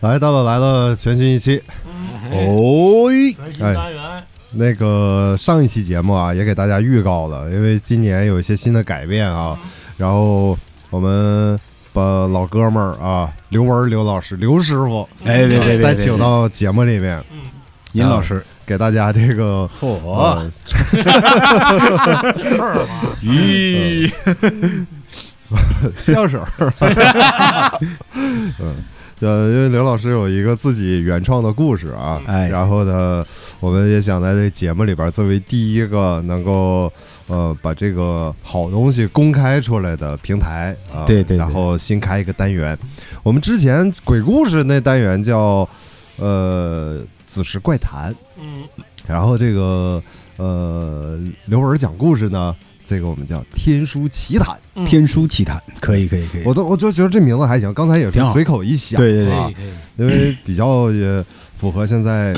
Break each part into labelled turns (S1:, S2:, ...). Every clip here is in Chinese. S1: 来到了来了，全新一期。哎
S2: 哦，
S3: 全新单元，
S1: 那个上一期节目啊，也给大家预告了，因为今年有一些新的改变啊。
S2: 嗯
S1: 然后我们把老哥们儿啊，刘文刘老师、刘师傅，
S2: 哎，别别别，
S1: 再请到节目里面，啊
S3: 嗯，
S2: 啊尹老师，哦
S1: 给大家这个
S2: 嚯，
S1: 呃
S3: 事儿嘛，
S2: 嗯咦，
S1: 相声。嗯，呃，因为刘老师有一个自己原创的故事啊，
S2: 哎
S1: 然后呢，我们也想在这节目里边儿作为第一个能够呃把这个好东西公开出来的平台啊，
S2: 对对对
S1: 然后新开一个单元。我们之前鬼故事那单元叫呃子时怪谈，
S3: 嗯，
S1: 然后这个呃刘文讲故事呢，这个我们叫天书奇谈。
S3: 嗯
S2: 天书奇谈，可以可以可以，
S1: 我都我就觉得这名字还行，刚才也是
S2: 挺好
S1: 随口一想，
S2: 对对对
S1: 啊
S3: 可以，可以，
S1: 因为比较也符合现在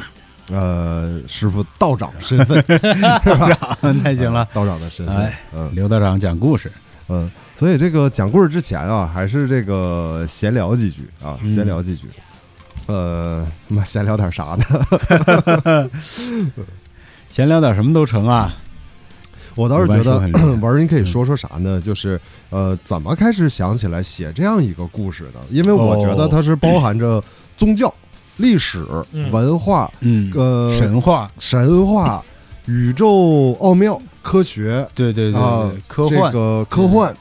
S1: 呃师傅道长身 份，是吧？啊
S2: 太啊行了。
S1: 道长的身份
S2: 哎，
S1: 嗯
S2: 刘道长讲故事，
S1: 嗯，所以这个讲故事之前啊，还是这个闲聊几句啊，
S2: 嗯
S1: 闲聊几句。呃，他妈闲聊点啥呢？
S2: 闲聊点什么都成啊。
S1: 我倒是觉得
S2: 鲁班说很嗯厉 害
S1: 文儿，你可以说说啥呢？就是呃，怎么开始想起来写这样一个故事的？因为我
S2: 哦
S1: 觉得它是包含着宗教、历史、
S3: 嗯
S1: 文化、
S2: 嗯，
S1: 呃
S2: 神话，
S1: 神话、宇宙奥妙、科学
S2: 对对对
S1: 啊
S2: 对，科幻嗯
S1: 这个科幻，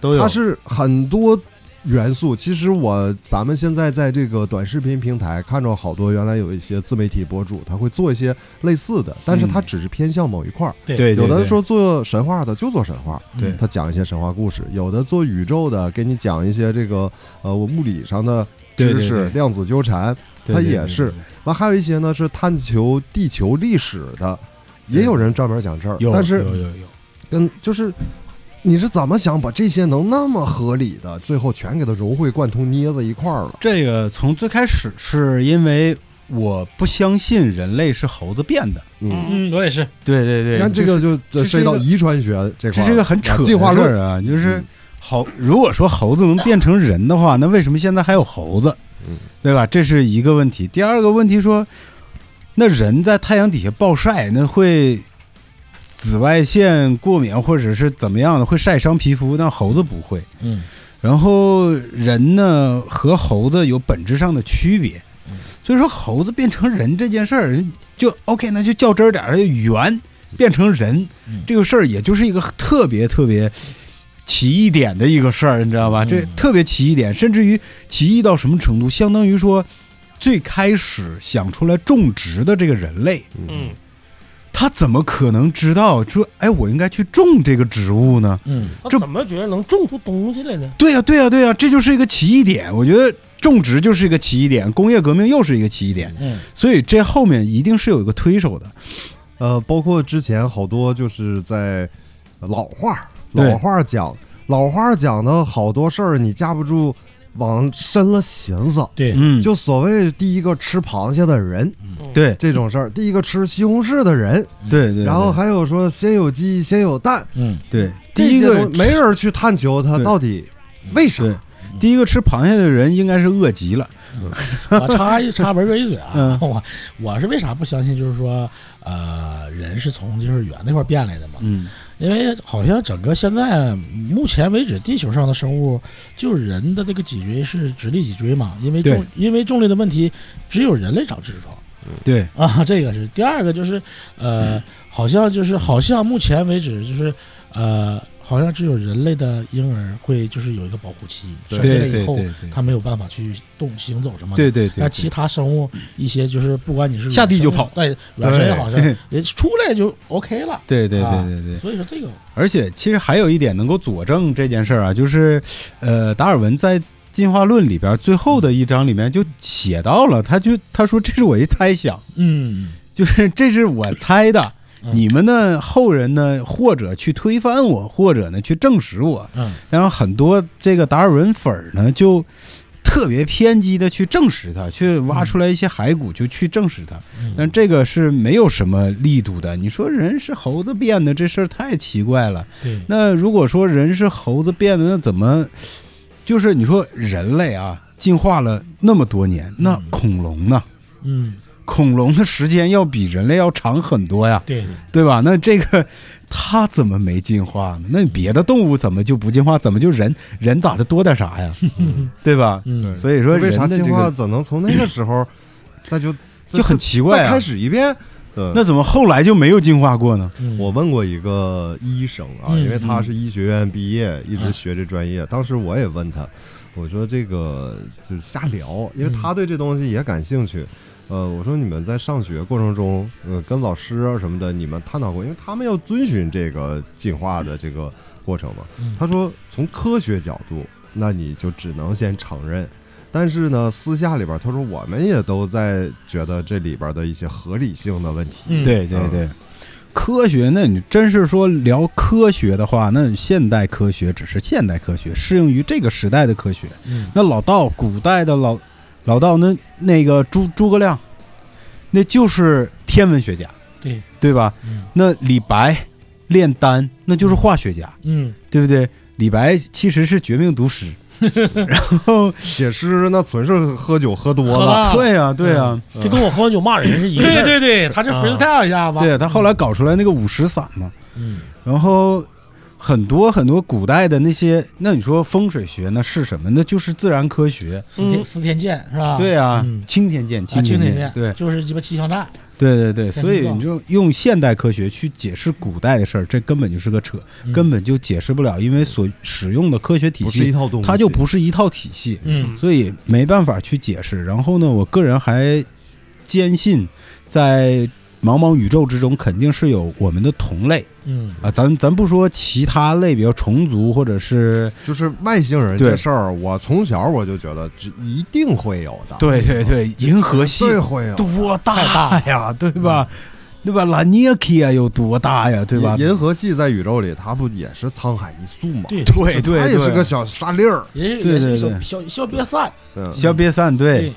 S2: 都有。
S1: 它是很多元素。其实我咱们现在在这个短视频平台看着好多，原来有一些自媒体博主，他会做一些类似的，但是
S2: 嗯
S1: 他只是偏向某一块儿。
S3: 对
S2: 对，对
S1: 有的说嗯做神话的就做神话，
S2: 对
S1: 他讲一些神话故事；有的做宇宙的，给你讲一些这个呃物理上的
S2: 对
S1: 知
S2: 对
S1: 识、
S2: 对
S1: 量子纠缠。
S2: 对
S1: 它
S2: 对
S1: 也
S2: 对
S1: 是
S2: 对对
S1: 完还有一些呢是探求地球历史的，也有人专门讲这儿，
S2: 有，
S1: 但是
S2: 有有有，
S1: 跟就是你是怎么想把这些能那么合理的，最后全给它融会贯通捏在一块儿了？
S2: 这个从最开始是因为我不相信人类是猴子变的。
S1: 嗯，
S3: 嗯，我也是，
S2: 对对对，
S1: 你看这个就
S2: 这
S1: 这涉及到
S2: 这是
S1: 遗传学这块
S2: 这
S1: 儿，
S2: 是一个很扯
S1: 啊
S2: 的
S1: 进化
S2: 事
S1: 论，
S2: 儿嗯啊，就是
S1: 嗯
S2: 猴。如果说猴子能变成人的话，那为什么现在还有猴子
S1: 嗯？
S2: 对吧？这是一个问题。第二个问题说，那人在太阳底下暴晒，那会紫外线过敏或者是怎么样的，会晒伤皮肤，但猴子不会。
S3: 嗯，
S2: 然后人呢和猴子有本质上的区别
S3: 嗯，
S2: 所以说猴子变成人这件事儿就 OK，那就较真儿点儿，就猿变成人
S3: 嗯
S2: 这个事儿，也就是一个特别特别奇异点的一个事儿，你知道吧？
S3: 嗯
S2: 这特别奇异点，甚至于奇异到什么程度，相当于说最开始想出来种植的这个人类，
S3: 嗯
S2: 他怎么可能知道说，哎，我应该去种这个植物呢？
S3: 嗯，他
S2: 这
S3: 怎么觉得能种出东西来呢？
S2: 对呀、对呀、对呀、这就是一个奇异点。我觉得种植就是一个奇异点，工业革命又是一个奇异点，
S3: 嗯，
S2: 所以这后面一定是有一个推手的。
S1: 呃，包括之前好多就是在老话儿
S2: 对
S1: 老话儿讲，老话儿讲的好多事儿，你架不住往深了寻思。
S3: 对
S2: 嗯
S1: 就所谓第一个吃螃蟹的人
S2: 对
S1: 这种事儿，第一个吃西红柿的人，
S2: 对对，
S1: 然后还有说先有鸡先有蛋，
S3: 嗯，
S2: 对第
S1: 嗯这
S2: 一
S1: 些
S2: 个
S1: 东西没人去探求它
S2: 对
S1: 到底为啥。
S2: 对。第一个吃螃蟹的人应该是饿极了，
S3: 我插一插文哥一嘴啊
S2: 嗯，
S3: 我我是为啥不相信？就是说，呃，人是从就是猿那块儿变来的嘛，
S2: 嗯，
S3: 因为好像整个现在目前为止，地球上的生物，就是人的这个脊椎是直立脊椎嘛，因为重
S2: 对
S3: 因为重力的问题，只有人类长痔疮。
S2: 对，
S3: 啊， 这个是第二个，就是
S2: 嗯
S3: 呃，好像就是好像目前为止就是呃，好像只有人类的婴儿会就是有一个保护期，
S1: 对
S3: 生
S2: 对
S3: 下来
S2: 对
S3: 以后
S2: 对
S3: 他没有办法去动行走什么的。
S2: 对对对，
S3: 那其他生物一些就是不管你是
S2: 下地就跑
S3: 对，软生也好
S2: 对
S3: 像人出来就 OK 了。
S2: 对对
S3: 啊
S2: 对对对，
S3: 所以说这个
S2: 而且其实还有一点能够佐证这件事儿啊，就是，呃，达尔文在。进化论里边最后的一章里面就写到了，他就他说这是我一猜想，
S3: 嗯，
S2: 就是这是我猜的，
S3: 嗯
S2: 你们呢后人呢，或者去推翻我，或者呢去证实我。
S3: 嗯
S2: 然后很多这个达尔文粉儿呢，就特别偏激的去证实他，去挖出来一些骸骨就去证实他。
S3: 嗯
S2: 但这个是没有什么力度的。你说人是猴子变的，这事儿太奇怪了。
S3: 对，
S2: 那如果说人是猴子变的，那怎么就是你说人类啊？进化了那么多年，那恐龙呢？
S3: 嗯，
S2: 恐龙的时间要比人类要长很多呀，
S3: 对，
S2: 对吧？那这个它怎么没进化呢？那别的动物怎么就不进化？怎么就人人咋的多点啥 呀？对吧？
S3: 嗯，
S2: 所以说
S1: 为
S2: 人
S1: 啥
S2: 的这
S1: 进化
S2: 个
S1: 怎能从那个时候，再就
S2: 就很奇怪
S1: 再
S2: 啊
S1: 开。始一遍？呃
S2: 那怎么后来就没有进化过呢？
S3: 嗯
S1: 我问过一个医生啊，
S3: 嗯啊
S1: 因为他是医学院毕业，一直学这专业。当时我也问他，我说这个就是瞎聊，
S3: 嗯
S1: 因为他对这东西也感兴趣。呃，我说你们在上学过程中，呃，跟老师啊什么的，你们探讨过，因为他们要遵循这个进化的这个过程嘛。
S3: 嗯
S1: 他说，从科学角度，那你就只能先承认。但是呢，私下里边，他说我们也都在觉得这里边的一些合理性的问题。
S3: 嗯
S2: 对对对，科学，那你真是说聊科学的话，那现代科学只是现代科学，适用于这个时代的科学。
S3: 嗯
S2: 那老道，古代的老老道，那那个诸诸葛亮，那就是天文学家，
S3: 对，
S2: 对吧？
S3: 嗯
S2: 那李白炼丹，那就是化学家，
S3: 嗯
S2: 对不对？李白其实是绝命毒 师，然后
S1: 写诗那纯是喝酒喝多
S3: 喝
S1: 了嗯
S3: 了，啊
S2: 对呀、对呀、
S4: 就跟我喝完酒骂人是一个事
S3: 对
S4: 儿。
S3: 对对，他这
S4: 啊
S3: freestyle 一下吧，
S2: 对他后来搞出来那个五石散嘛，
S3: 嗯
S2: 然后很多很多古代的那些，那你说风水学那是什么？那就是自然科学。
S3: 四天
S4: 嗯
S3: 四天剑是吧？
S2: 对啊
S3: 嗯，
S2: 青天剑，
S3: 啊，青
S2: 天
S3: 天
S2: 剑
S3: 剑，
S2: 对
S3: 就是鸡巴气象站，
S2: 对对对，所以
S3: 天
S2: 你
S3: 地
S2: 就用现代科学去解释古代的事儿，这根本就是个扯，
S3: 嗯
S2: 根本就解释不了，因为所使用的科学体
S1: 不是一
S2: 系，
S1: 套东西，
S2: 它就不是一套体系，
S3: 嗯
S2: 所以没办法去解释。然后呢，我个人还坚信，在茫茫宇宙之中，肯定是有我们的同类。
S3: 嗯
S2: 啊，咱咱不说其他类别，虫族或者是
S1: 就是外星人
S2: 对
S1: 这事儿，我从小我就觉得这一定会有的，
S2: 对对对，银河系
S1: 最会有
S2: 多啊大嗯
S3: 太
S2: 呀，对吧？对吧？拉涅基啊，有多大呀，对吧？
S1: 银银河系在宇宙里，它不也是沧海一粟吗？
S3: 对，
S2: 对对
S1: 它
S2: 对，
S1: 也是个小沙粒儿。
S3: 也是
S2: 对
S3: 也是
S2: 对
S3: 一首
S2: 对
S3: 小小瘪三，
S1: 嗯，
S2: 小瘪三，对。啊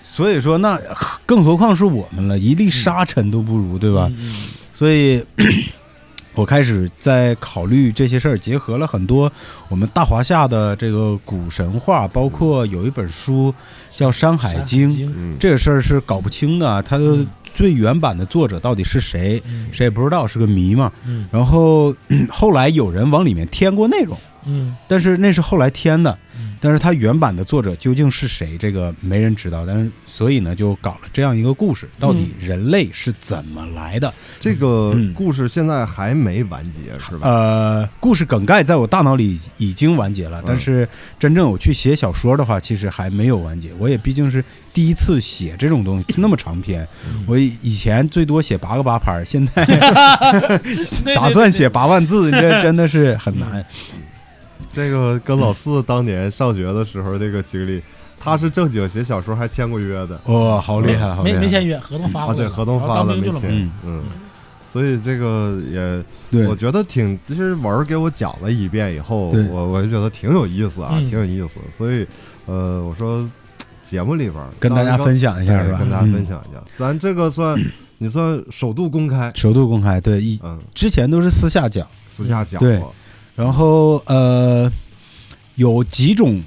S2: 所以说，那更何况是我们了，一粒沙尘都不如，对
S3: 对
S2: 吧？
S3: 嗯
S2: 所以， 我开始在考虑这些事儿，结合了很多我们大华夏的这个古神话，包括有一本书叫《山海经》，
S1: 嗯，
S2: 这个事儿是搞不清的，它的
S3: 嗯
S2: 最原版的作者到底是谁，
S3: 嗯
S2: 谁也不知道，是个谜嘛。
S3: 嗯
S2: 然后 咳后来有人往里面添过内容，
S3: 嗯
S2: 但是那是后来添的
S3: 嗯，
S2: 但是它原版的作者究竟是谁，这个没人知道。但是所以呢，就搞了这样一个故事，到底
S1: 嗯
S2: 人类是怎么来的？
S1: 这个
S2: 嗯
S1: 故事现在还没完结，是吧？
S2: 呃，故事梗概在我大脑里已经完结了
S1: 嗯，
S2: 但是真正我去写小说的话，其实还没有完结。我也毕竟是第一次写这种东西，那么长篇
S3: 嗯。
S2: 我以前最多写八个八拍儿，现在
S3: 对
S2: 打算写八万字，这真的是很
S1: 嗯
S2: 难。
S1: 这个跟老四当年上学的时候那个经历，他是正经写小说，还签过约的
S2: 哇、好厉害，好厉
S3: 没
S2: 害！
S3: 没签约，合同发
S1: 啊，
S3: 过
S1: 对，
S3: 了
S1: 合同
S3: 然
S1: 发
S3: 后
S1: 了
S3: 当兵
S1: 没
S3: 去了嘛，
S1: 签
S2: 嗯，
S1: 嗯。所以这个也
S2: 对，
S1: 我觉得挺，就是文儿给我讲了一遍以后，
S2: 对
S1: 我我就觉得挺有意思啊，
S3: 嗯
S1: 挺有意思。所以，呃，我说节目里边儿
S2: 跟大家分享一
S1: 当
S2: 下
S1: 然
S2: 是
S1: 要
S2: 吧？
S1: 跟大家分
S2: 嗯。
S1: 享一下，咱这个算你算首度公开，
S2: 首度公开，对，以
S1: 嗯，
S2: 之前都是私下讲，
S1: 私下讲
S2: 对
S1: 过，
S2: 然后呃，有几种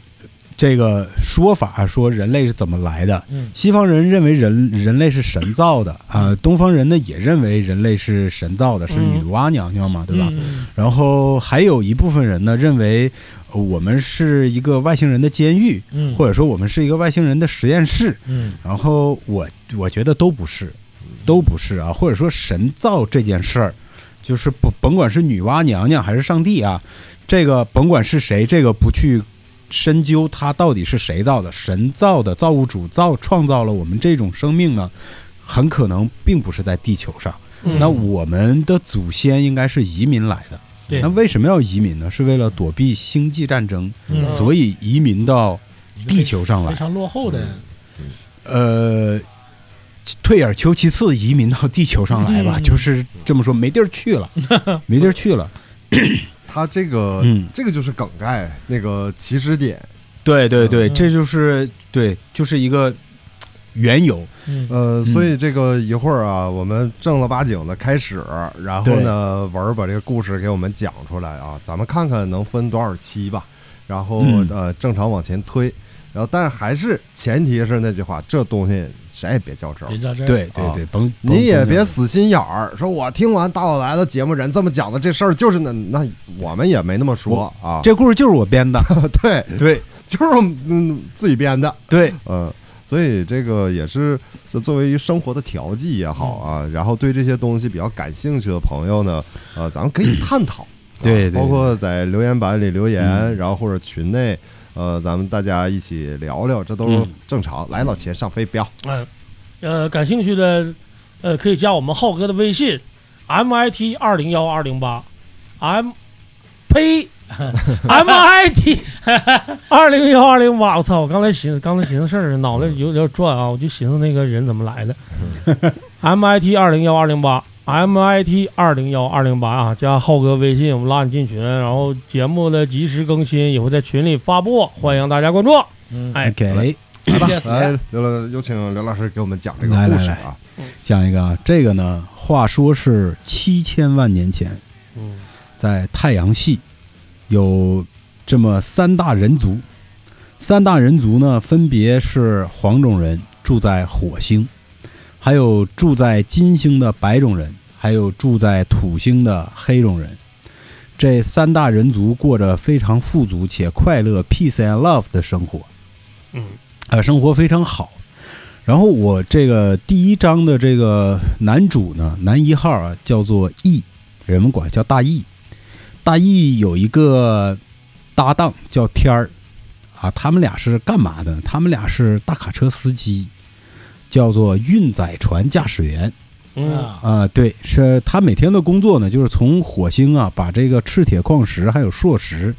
S2: 这个说法，说人类是怎么来的。
S3: 嗯
S2: 西方人认为人人类是神造的啊、东方人呢也认为人类是神造的，是女娲娘娘嘛，对吧？
S3: 嗯
S2: 然后还有一部分人呢认为呃我们是一个外星人的监狱，
S3: 嗯，
S2: 或者说我们是一个外星人的实验室。
S3: 嗯
S2: 然后我我觉得都不是，都不是啊，或者说神造这件事儿，就是不甭管是女娲娘娘还是上帝啊，这个甭管是谁，这个不去深究它到底是谁造的，神造的造物主造创造了我们这种生命呢，很可能并不是在地球上。
S4: 嗯
S2: 那我们的祖先应该是移民来的，
S3: 对
S2: 那为什么要移民呢？是为了躲避星际战争，
S3: 嗯
S2: 所以移民到
S3: 一个
S2: 地球上来
S3: 非。常落后的，
S2: 嗯呃，退而求其次，移民到地球上来吧，
S3: 嗯
S2: 就是这么说，没地儿去了，没地儿去了。
S1: 他这个
S2: 嗯
S1: 这个就是梗概那个起始点，
S2: 对对对，
S3: 嗯
S2: 这就是对，就是一个呃缘由。
S3: 嗯
S1: 呃，所以这个一会儿啊，我们正儿八经的开始，然后呢，文儿把这个故事给我们讲出来啊，咱们看看能分多少期吧，然后
S2: 嗯
S1: 呃，正常往前推。然后但还是前提是那句话，这东西谁也别较真儿
S3: 别。较真儿，
S2: 对对对，甭
S1: 哦你也别死心眼儿，说我听完大老来的节目，人这么讲的这事儿就是那那我们也没那么说啊，
S2: 这故事就是我 编的，
S1: 对，
S2: 对
S1: 就是嗯自己编的，
S2: 对，
S1: 嗯，所以这个也是就作为一生活的调剂也好啊，然后对这些东西比较感兴趣的朋友呢，呃，咱们可以探讨，啊
S2: 对对
S1: 包括在留言板里留言，
S2: 嗯
S1: 然后或者群内。呃，咱们大家一起聊聊，这都
S2: 嗯
S1: 正常。来，老秦上飞镖，
S4: 嗯，呃，感兴趣的，呃，可以加我们浩哥的微信，m i t 二零幺二零八，m 呸，m i t 二零幺二零八。我操！我刚才寻思，刚才寻思事儿，脑袋有点转啊，我就寻思那个人怎么来的，m i t 二零幺二零八。MIT 二零幺二零八啊，加浩哥微信，我们拉你进群，然后节目的及时更新也会在群里发布，欢迎大家关注。
S3: 嗯，
S4: 哎
S2: 给
S1: 来吧
S3: Yes，，
S1: 来，刘老，有请刘老师给我们讲这个
S2: 来来
S1: 故事
S2: 来
S1: 啊。
S2: 讲一个啊，这个呢，话说是七千万年前，
S4: 嗯
S2: 在太阳系有这么三大人族，三大人族呢，分别是黄种人住在火星，还有住在金星的白种人，还有住在土星的黑种人。这三大人族过着非常富足且快乐 （peace and love） 的生活。
S4: 嗯，
S2: 呃，生活非常好。然后我这个第一章的这个男主呢，男一号啊，叫做义，人们管叫大义。大义有一个搭档叫天儿，啊，他们俩是干嘛的？他们俩是大卡车司机，叫做运载船驾驶员。
S4: 嗯
S3: 啊，
S2: 啊、对，是他每天的工作呢，就是从火星啊把这个赤铁矿石还有硕石，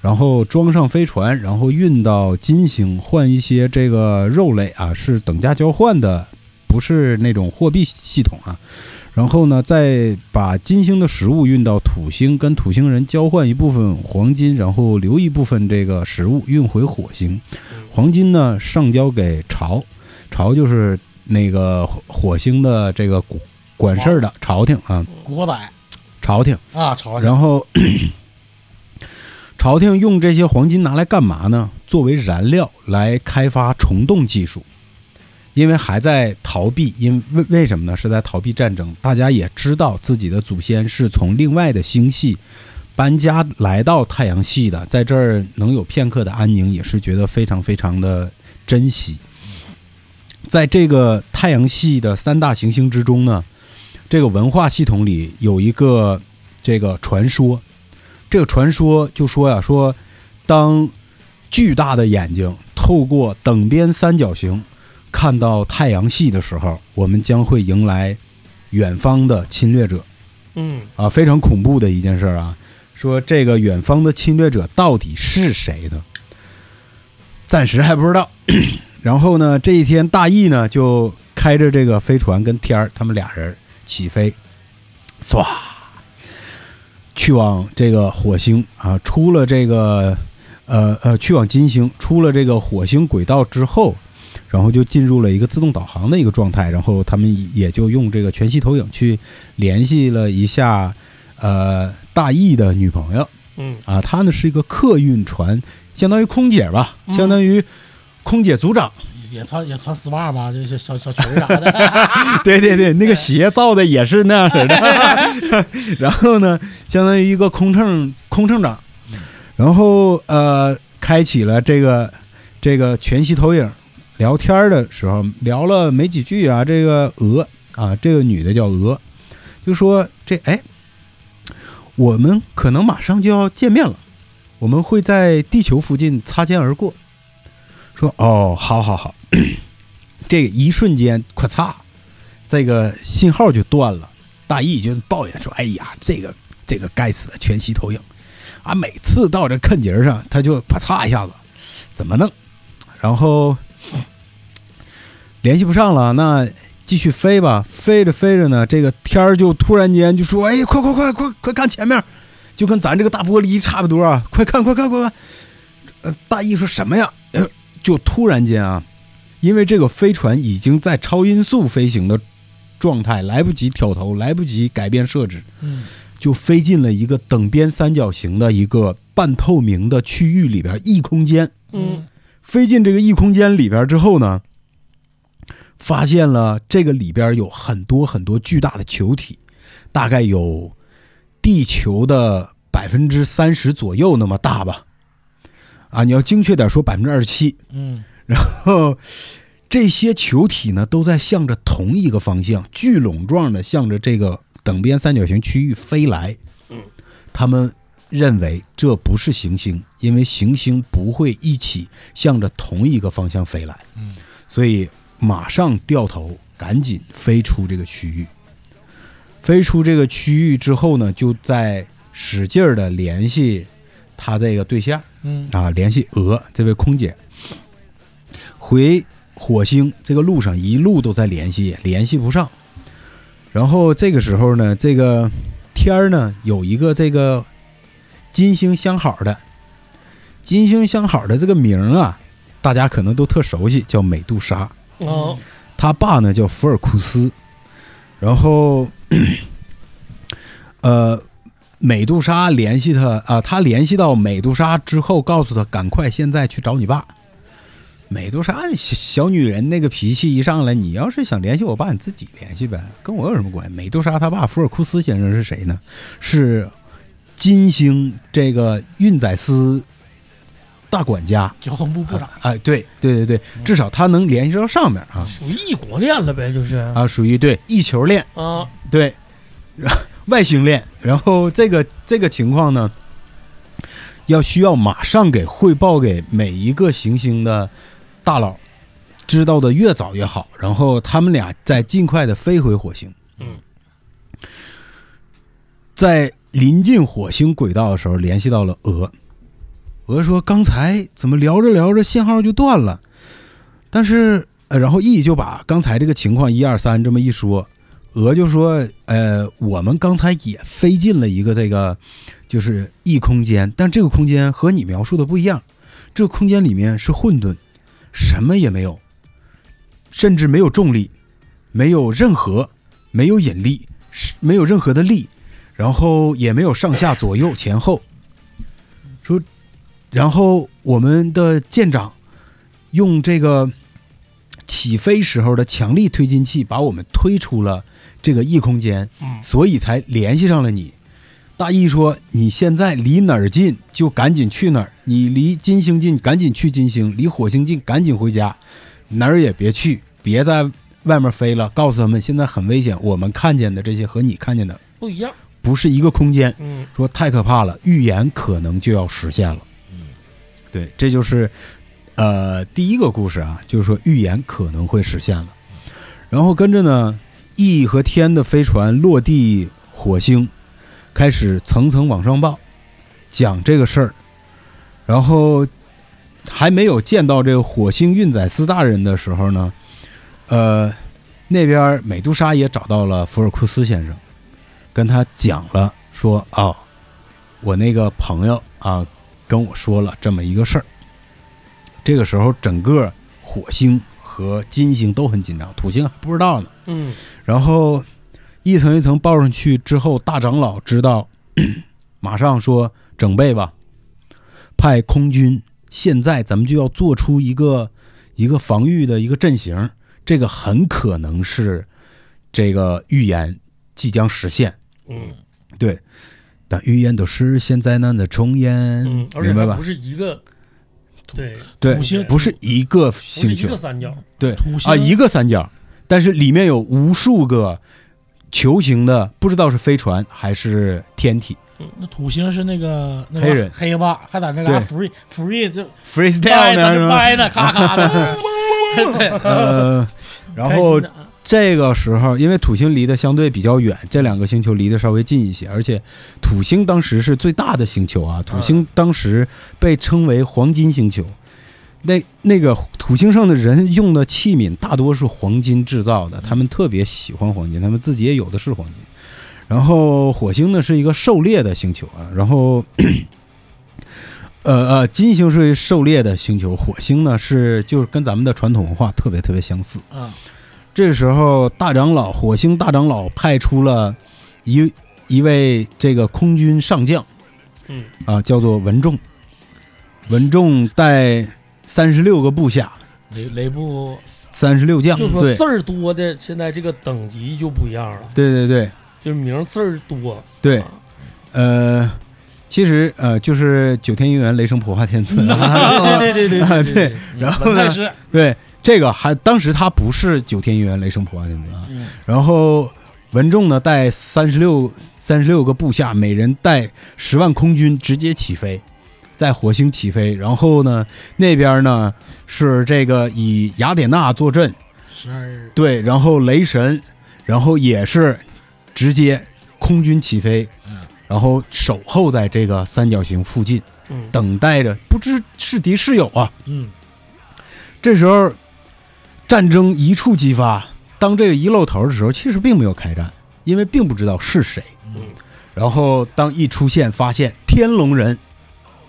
S2: 然后装上飞船，然后运到金星换一些这个肉类啊，是等价交换的，不是那种货币系统啊。然后呢，再把金星的食物运到土星，跟土星人交换一部分黄金，然后留一部分这个食物运回火星。黄金呢上交给朝，朝就是那个火火星的这个管管事儿的朝廷啊，
S3: 古惑仔
S2: 朝廷。
S3: 啊，朝鲜
S2: 然后 朝廷用这些黄金拿来干嘛呢？作为燃料来开发虫洞技术，因为还在逃避，因为为什么呢？是在逃避战争。大家也知道自己的祖先是从另外的星系搬家来到太阳系的，在这儿能有片刻的安宁，也是觉得非常非常的珍惜。在这个太阳系的三大行星之中呢，这个文化系统里有一个这个传说，这个传说就说呀、说当巨大的眼睛透过等边三角形看到太阳系的时候，我们将会迎来远方的侵略者
S4: 嗯
S2: 啊，非常恐怖的一件事儿啊。说这个远方的侵略者到底是谁呢？暂时还不知道。 然后呢，这一天大义呢就开着这个飞船跟天儿他们俩人起飞，唰，去往这个火星啊，出了这个呃呃，去往金星，出了这个火星轨道之后，然后就进入了一个自动导航的一个状态，然后他们也就用这个全息投影去联系了一下呃大义的女朋友。
S4: 嗯
S2: 啊，她呢是一个客运船，相当于空姐吧，
S4: 嗯
S2: 相当于空姐组长。
S3: 也穿也穿丝袜吧，这些小小裙儿啥的，
S2: 对对对，那个鞋造的也是那样式 的。然后呢，相当于一个空乘空乘长，
S3: 嗯
S2: 然后呃，开启了这个这个全息投影聊天儿的时候，聊了没几句啊，这个鹅啊，这个女的叫鹅，就说这哎，我们可能马上就要见面了，我们会在地球附近擦肩而过。说哦，好好 好，这个一瞬间，咔嚓，这个信号就断了。大义就抱怨说：“哎呀，这个这个该死的全息投影啊！每次到这坎节儿上，他就啪嚓一下子，怎么弄？然后联系不上了，那继续飞吧。飞着飞着呢，这个天儿就突然间就说：‘哎，快快快快快看前面！’就跟咱这个大玻璃差不多啊！快看快看快看！呃，大义说什么呀？呃就突然间啊，因为这个飞船已经在超音速飞行的状态，来不及挑头，来不及改变设置，
S3: 嗯
S2: 就飞进了一个等边三角形的一个半透明的区域里边异空间，
S4: 嗯，
S2: 飞进这个异空间里边之后呢，发现了这个里边有很多很多巨大的球体，大概有地球的百分之三十左右那么大吧。啊，你要精确点说百分之二十七，
S4: 嗯，
S2: 哦， 这些球体呢都在向着同一个方向，聚拢状的向着这个等边三角形区域飞来。
S4: 嗯，
S2: 他们认为这不是行星，因为行星不会一起向着同一个方向飞来。
S3: 嗯，
S2: 所以马上掉头，赶紧飞出这个区域。飞出这个区域之后呢，就在使劲的联系他这个对象。
S3: 嗯
S2: 啊，联系俄这位空姐。回火星这个路上一路都在联系，联系不上。然后这个时候呢，这个天儿呢有一个这个金星相好的，金星相好的这个名儿啊，大家可能都特熟悉，叫美杜莎。
S4: 哦，
S2: 他爸呢叫福尔库斯，然后，呃，美杜莎联系他啊、他联系到美杜莎之后，告诉他赶快现在去找你爸。美杜莎小小女人那个脾气一上来，你要是想联系我爸，你自己联系呗，跟我有什么关系？美杜莎她爸福尔库斯先生是谁呢？是金星这个运载司大管家。
S3: 交通部部长，嗯
S2: 哎，对对对对，至少他能联系到上面啊。
S4: 属于异国恋了呗，就是啊
S2: 啊，属于对异球恋，对外星恋。然后这个这个情况呢，要需要马上给汇报给每一个行星的大佬，知道的越早越好。然后他们俩再尽快的飞回火星。
S4: 嗯，
S2: 在临近火星轨道的时候，联系到了俄。俄说：“刚才怎么聊着聊着信号就断了？”但是，呃，然后 E 就把刚才这个情况一二三这么一说，俄就说：“呃，我们刚才也飞进了一个这个就是异空间，但这个空间和你描述的不一样，这个空间里面是混沌，什么也没有，甚至没有重力，没有任何，没有引力，是没有任何的力，然后也没有上下左右前后。说，然后我们的舰长用这个起飞时候的强力推进器把我们推出了这个异空间，
S4: 嗯
S2: 所以才联系上了你。大意说，你现在离哪儿近就赶紧去哪儿，你离金星近赶紧去金星，离火星近赶紧回家，哪儿也别去，别在外面飞了。告诉他们现在很危险，我们看见的这些和你看见的
S4: 不一样，
S2: 不是一个空间。
S4: 嗯
S2: 说太可怕了，预言可能就要实现了。
S3: 嗯，
S2: 对，这就是呃第一个故事啊，就是说预言可能会实现了。然后跟着呢，E 和天的飞船落地火星，开始层层往上报，讲这个事儿。然后还没有见到这个火星运载司大人的时候呢，呃，那边美杜莎也找到了福尔库斯先生，跟他讲了说啊、哦，我那个朋友啊跟我说了这么一个事儿。这个时候，整个火星和金星都很紧张，土星还不知道呢。
S4: 嗯
S2: 然后一层一层报上去之后，大长老知道， 马上说整备吧，派空军。现在咱们就要做出一个一个防御的一个阵型，这个很可能是这个预言即将实现。
S4: 嗯
S2: 对，但预言都是现在难的重演，
S4: 嗯，而且
S2: 明白
S4: 还
S2: 吧
S4: 不？是一个，对，
S2: 对，
S3: 土星
S2: 不是一个
S4: 不是
S2: 星
S4: 一
S2: 球
S4: 个三角，
S3: 土星
S2: 啊，一个三角，但是里面有无数个球形的，不知道是飞船还是天体。
S4: 嗯
S3: 那土星是那个那
S2: 黑
S3: 个
S2: 人
S3: 黑吧，还在那
S2: 对
S3: 嘎福瑞福瑞就
S2: freestyle
S3: 掰
S2: 呢是
S3: 呢
S2: 吧？
S3: 掰呢，咔咔 的，
S2: 呃，然后这个时候，因为土星离得相对比较远，这两个星球离得稍微近一些，而且土星当时是最大的星球啊，土星当时被称为黄金星球。那那个土星上的人用的器皿大多是黄金制造的，他们特别喜欢黄金，他们自己也有的是黄金。然后火星呢是一个狩猎的星球啊，然后，呃呃，金星是狩猎的星球，火星呢是就是跟咱们的传统文化特别特别相似。
S3: 啊，
S2: 这时候，大长老火星大长老派出了一一位这个空军上将
S4: 嗯
S2: 啊，叫做文仲。文仲带三十六个部下，
S4: 雷雷布
S2: 三十六将，
S4: 就说
S2: 对
S4: 字儿多的，现在这个等级就不一样了，
S2: 对对对
S4: 就是名儿字儿多。
S2: 对
S4: 啊，
S2: 呃，其实呃就是九天应元雷声普化天尊 啊，
S4: 对对对
S2: 啊
S4: 对
S2: 对然后
S4: 嗯文
S2: 呢
S4: 太师，
S2: 对这个还当时他不是九天应元雷声普化天尊啊，
S4: 嗯
S2: 然后文仲呢带三十六三十六个部下，每人带十万空军，直接起飞，在火星起飞。然后呢，那边呢是这个以雅典娜坐镇，
S3: 十二
S2: 对，然后雷神，然后也是直接空军起飞
S3: 嗯，
S2: 然后守候在这个三角形附近，
S4: 嗯，
S2: 等待着，不知是敌是友啊。
S3: 嗯
S2: 这时候战争一触即发。当这个一露头的时候，其实并没有开战，因为并不知道是谁。
S3: 嗯
S2: 然后当一出现，发现天龙人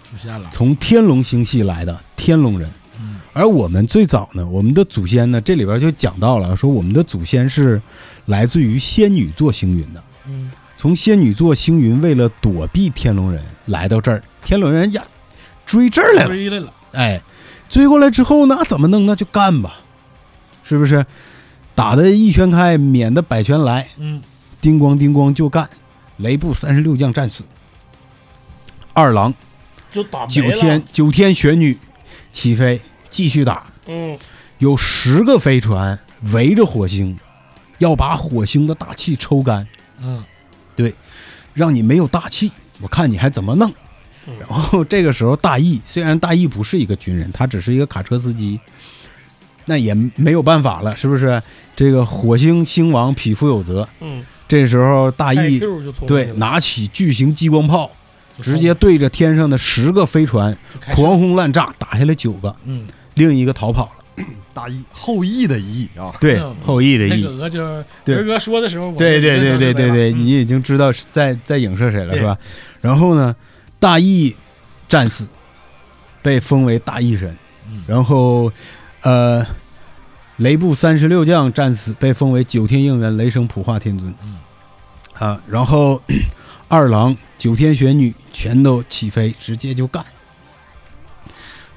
S3: 出现了，
S2: 从天龙星系来的天龙人，
S3: 嗯
S2: 而我们最早呢，我们的祖先呢，这里边就讲到了，说我们的祖先是来自于仙女座星云的。
S4: 嗯
S2: 从仙女座星云为了躲避天龙人来到这儿，天龙人呀追这儿来了，
S4: 追来了，
S2: 哎，追过来之后呢，怎么弄？那就干吧，是不是？打的一拳开，免得百拳来，
S4: 嗯
S2: 叮咣叮咣就干。雷部三十六将战死，二郎
S4: 就打没
S2: 九
S4: 了
S2: 天，九天玄女起飞，继续打，
S4: 嗯
S2: 有十个飞船围着火星，要把火星的大气抽干，
S3: 嗯
S2: 让你没有大气，我看你还怎么弄
S4: 嗯。
S2: 然后这个时候，大义虽然大义不是一个军人，他只是一个卡车司机，那也没有办法了，是不是？这个火星星王匹夫有责。
S4: 嗯，
S2: 这时候，大
S3: 哎
S4: 太
S2: 义
S4: Q 就从
S2: 对拿起巨型激光炮，
S3: 就
S2: 直接对着天上的十个飞船
S3: 就开始
S2: 狂轰滥炸，打下来九个，
S3: 嗯
S2: 另一个逃跑了。
S1: 大义后羿的羿啊，
S2: 对
S3: 嗯，
S2: 后羿的
S3: 那
S2: 羿
S3: 个，鹅就是
S2: 对
S3: 文哥说的时候，我就
S2: 对对对对对对，
S3: 嗯
S2: 你已经知道是在在影射谁了
S4: 对
S2: 是吧？然后呢，大义战死，被封为大义神。
S3: 嗯
S2: 然后，呃，雷部三十六将战死，被封为九天应元雷声普化天尊。
S3: 嗯
S2: 啊，然后二郎、九天玄女全都起飞，直接就干。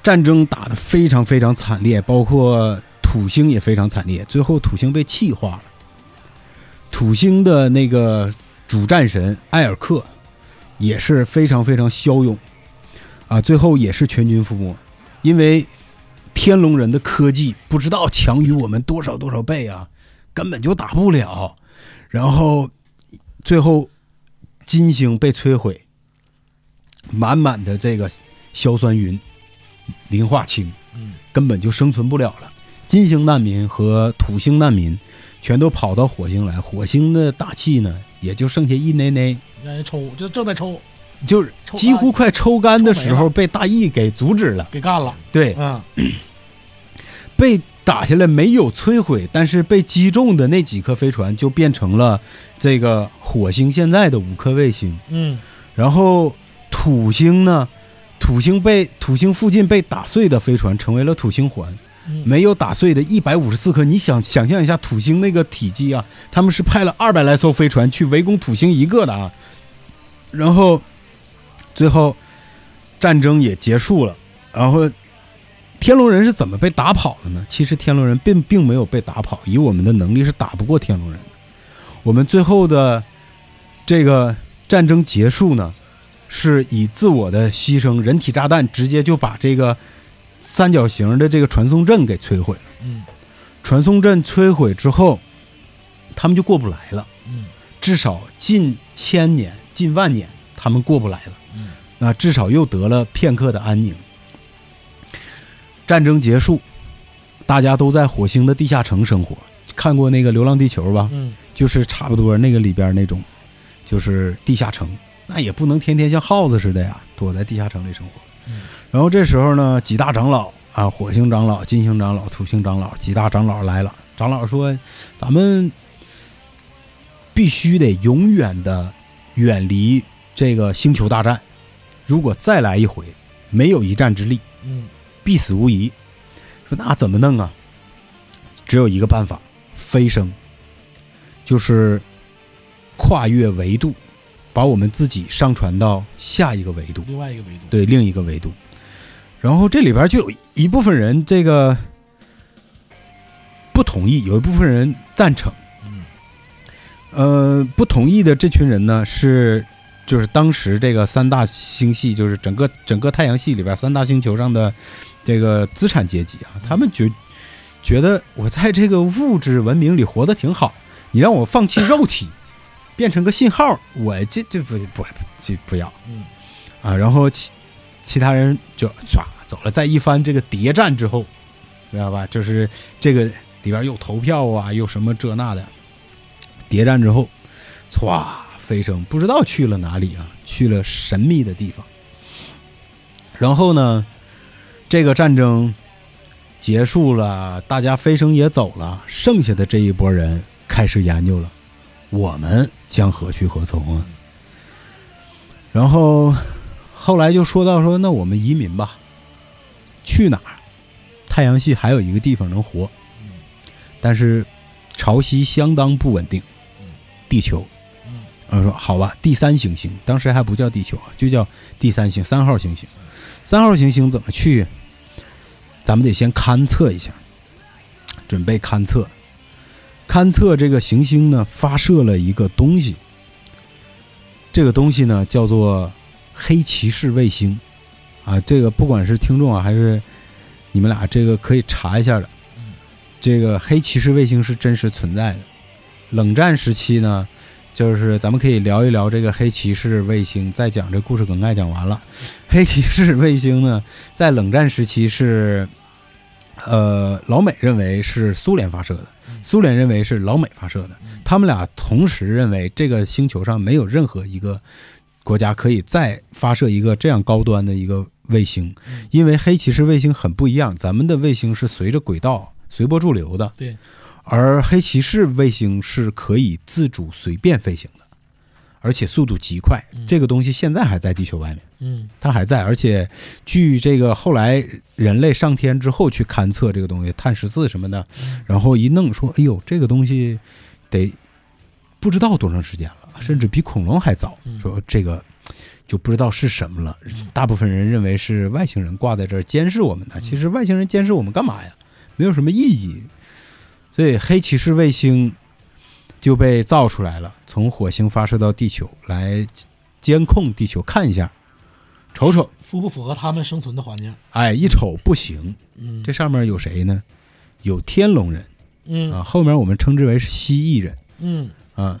S2: 战争打得非常非常惨烈，包括土星也非常惨烈。最后土星被气化了，土星的那个主战神艾尔克也是非常非常骁勇啊，最后也是全军覆没，因为天龙人的科技不知道强于我们多少多少倍啊，根本就打不了。然后最后金星被摧毁，满满的这个硝酸云磷化氢。
S3: 嗯
S2: 根本就生存不了了。金星难民和土星难民全都跑到火星来，火星的大气呢，也就剩下一奶奶，
S3: 让人抽，就正在抽，
S2: 就是
S3: 抽干
S2: 几乎快抽干的时
S3: 抽没
S2: 候，被大义给阻止了。
S3: 给干了，
S2: 对，
S3: 嗯
S2: 被打下来没有摧毁，但是被击中的那几颗飞船就变成了这个火星现在的五颗卫星。
S3: 嗯
S2: 然后土星呢，土星被土星附近被打碎的飞船成为了土星环，
S3: 嗯
S2: 没有打碎的一百五十四颗。你想想象一下土星那个体积啊，他们是派了二百来艘飞船去围攻土星一个的啊。然后最后战争也结束了，然后。天龙人是怎么被打跑的呢？其实天龙人并并没有被打跑，以我们的能力是打不过天龙人的。我们最后的这个战争结束呢，是以自我的牺牲，人体炸弹直接就把这个三角形的这个传送阵给摧毁了。
S3: 嗯
S2: 传送阵摧毁之后，他们就过不来了，
S3: 嗯
S2: 至少近千年、近万年，他们过不来了。
S3: 嗯
S2: 那至少又得了片刻的安宁。战争结束，大家都在火星的地下城生活。看过那个《流浪地球》吧？
S3: 嗯
S2: 就是差不多那个里边那种，就是地下城，那也不能天天像耗子似的呀，躲在地下城里生活。
S3: 嗯
S2: 然后这时候呢，几大长老啊，火星长老、金星长老、土星长老，几大长老来了。长老说：“咱们必须得永远的远离这个星球大战，如果再来一回，没有一战之力，
S3: 嗯
S2: 必死无疑。”说那怎么弄啊？只有一个办法，飞升，就是跨越维度，把我们自己上传到下一个维度。
S3: 另外一个维度，
S2: 对另一个维度。然后这里边就有一部分人这个不同意，有一部分人赞成。
S3: 嗯
S2: 呃，不同意的这群人呢是。就是当时这个三大星系，就是整个整个太阳系里边三大星球上的这个资产阶级啊，他们觉觉得我在这个物质文明里活得挺好，你让我放弃肉体，变成个信号，我这这不不这不要
S3: 嗯
S2: 啊。然后其其他人就唰走了，在一番这个谍战之后，知道吧？就是这个里边又投票啊，又什么这那的，谍战之后，唰飞升，不知道去了哪里啊，去了神秘的地方。然后呢，这个战争结束了，大家飞升也走了，剩下的这一波人开始研究了，我们将何去何从啊？然后后来就说到说，那我们移民吧，去哪儿？太阳系还有一个地方能活，但是潮汐相当不稳定
S3: 嗯，
S2: 地球。
S3: 嗯
S2: 我说好吧，第三行星，当时还不叫地球啊，就叫第三行三号行星。三号行星怎么去？咱们得先勘测一下，准备勘测。勘测这个行星呢，发射了一个东西，这个东西呢叫做黑骑士卫星，啊，这个不管是听众啊还是你们俩，这个可以查一下的
S3: 嗯。
S2: 这个黑骑士卫星是真实存在的。冷战时期呢，就是咱们可以聊一聊这个黑骑士卫星，再讲这故事梗概讲完了。黑骑士卫星呢，在冷战时期是，呃，老美认为是苏联发射的，苏联认为是老美发射的，他们俩同时认为这个星球上没有任何一个国家可以再发射一个这样高端的一个卫星，因为黑骑士卫星很不一样，咱们的卫星是随着轨道随波逐流的，
S3: 对，
S2: 而黑骑士卫星是可以自主随便飞行的，而且速度极快，
S3: 嗯
S2: 这个东西现在还在地球外面。
S3: 嗯
S2: 它还在，而且据这个后来人类上天之后去勘测这个东西，碳十四什么的，然后一弄说，哎呦，这个东西得不知道多长时间了，甚至比恐龙还早，
S3: 嗯
S2: 说这个就不知道是什么了。大部分人认为是外星人挂在这儿监视我们呢，其实外星人监视我们干嘛呀？没有什么意义。所以黑骑士卫星就被造出来了，从火星发射到地球来监控地球，看一下，瞅瞅，
S3: 符不符合他们生存的环境？
S2: 哎，一瞅不行，
S3: 嗯，
S2: 这上面有谁呢？有天龙人
S3: 嗯
S2: 啊，后面我们称之为是蜥蜴人
S3: 嗯
S2: 啊。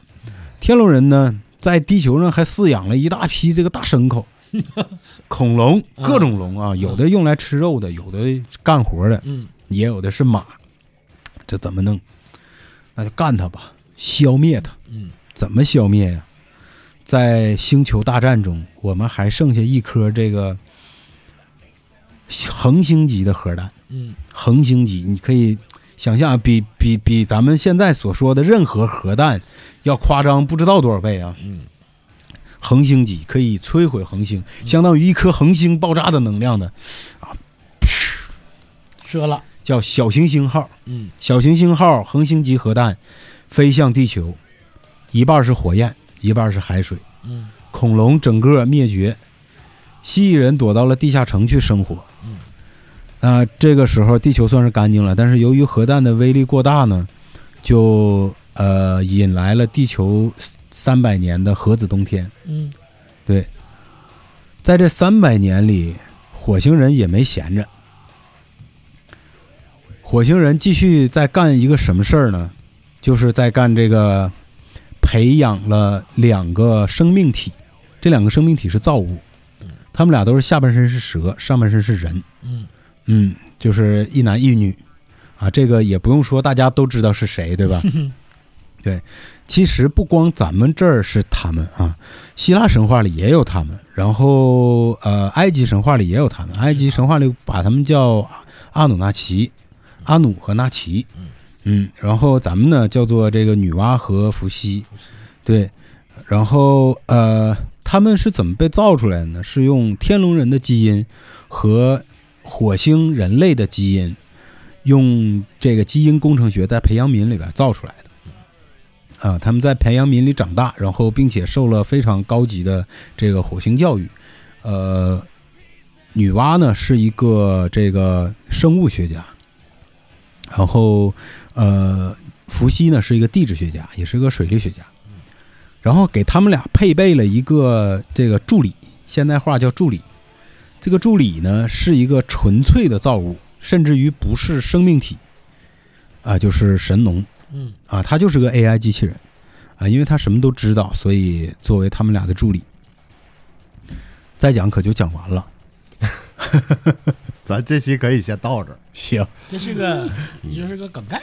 S2: 天龙人呢，在地球上还饲养了一大批这个大牲口，恐龙，
S3: 嗯
S2: 各种龙啊，有的用来吃肉的，有的干活的，
S3: 嗯
S2: 也有的是马。这怎么弄？那就干他吧，消灭他。
S3: 嗯
S2: 怎么消灭呀、在星球大战中，我们还剩下一颗这个恒星级的核弹。
S3: 嗯
S2: 恒星级，你可以想象，啊比比比咱们现在所说的任何核弹要夸张不知道多少倍啊！
S3: 嗯
S2: 恒星级可以摧毁恒星，相当于一颗恒星爆炸的能量的，
S3: 说了，
S2: 叫小行星号。
S3: 嗯
S2: 小行星号恒星级核弹飞向地球，一半是火焰，一半是海水。
S3: 嗯
S2: 恐龙整个灭绝，蜥蜴人躲到了地下城去生活。
S3: 嗯，
S2: 那、这个时候地球算是干净了，但是由于核弹的威力过大呢，就呃引来了地球三百年的核子冬天。
S3: 嗯
S2: 在这三百年里，火星人也没闲着。火星人继续在干一个什么事儿呢？就是在干这个培养了两个生命体，这两个生命体是造物，他们俩都是下半身是蛇，上半身是人，
S3: 嗯
S2: 嗯，就是一男一女啊。这个也不用说，大家都知道是谁，对吧？对，其实不光咱们这儿是他们啊，希腊神话里也有他们，然后呃，埃及神话里也有他们。埃及神话里把他们叫阿努纳奇、阿努和纳奇，嗯，然后咱们呢叫做这个女娲和伏羲，对，然后呃，他们是怎么被造出来的呢？是用天龙人的基因和火星人类的基因，用这个基因工程学在培养皿里边造出来的。啊，他们在培养皿里长大，然后并且受了非常高级的这个火星教育，呃，女娲呢是一个这个生物学家，然后呃，伏羲呢是一个地质学家，也是个水利学家。然后给他们俩配备了一个这个助理，现代化叫助理。这个助理呢是一个纯粹的造物，甚至于不是生命体，啊、就是神农。
S4: 嗯
S2: 啊，他就是个 AI 机器人啊，因为他什么都知道，所以作为他们俩的助理。再讲可就讲完了，
S1: 咱这期可以先到这儿。
S2: 行，
S4: 这是 个，你就是个梗概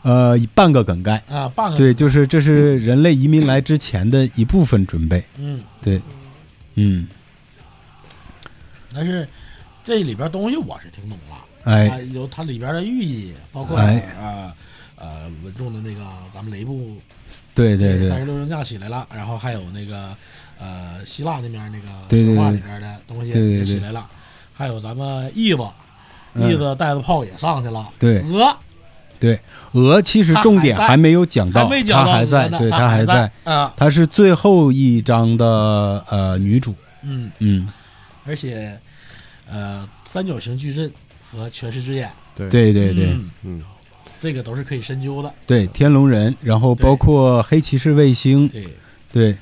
S2: 呃，半个梗概，
S4: 啊，bug。
S2: 对，就是这是人类移民来之前的一部分准备，
S4: 嗯，
S2: 对，嗯，
S4: 但是这里边东西我是听懂了，它
S2: 哎，
S4: 有它里边的寓意，包括
S2: 哎
S4: 啊呃稳重的那个咱们雷布
S2: 对对
S4: 三
S2: 对
S4: 十六升降起来了，然后还有那个呃希腊那边那
S2: 对
S4: 个
S2: 对
S4: 神话
S2: 对
S4: 里边的东西
S2: 对对
S4: 也起
S2: 对
S4: 来了，还有咱们义子，
S2: 嗯
S4: 义子带着炮也上去了，
S2: 对
S4: 鹅
S2: 对，鹅其实重点
S4: 它还在
S2: 还没有讲到，
S4: 还没讲
S2: 它
S4: 到
S2: 还在，
S4: 鹅呢，
S2: 对，它
S4: 它
S2: 还
S4: 在
S2: 在，
S4: 啊，
S2: 她是最后一章的呃女主，
S4: 嗯，
S2: 嗯，
S4: 而且呃三角形矩阵和权势之眼，
S1: 对，
S2: 对对对，
S4: 嗯
S1: 嗯，
S4: 这个都是可以深究的，
S2: 对，天龙人，然后包括黑骑士卫星，
S4: 对，
S2: 对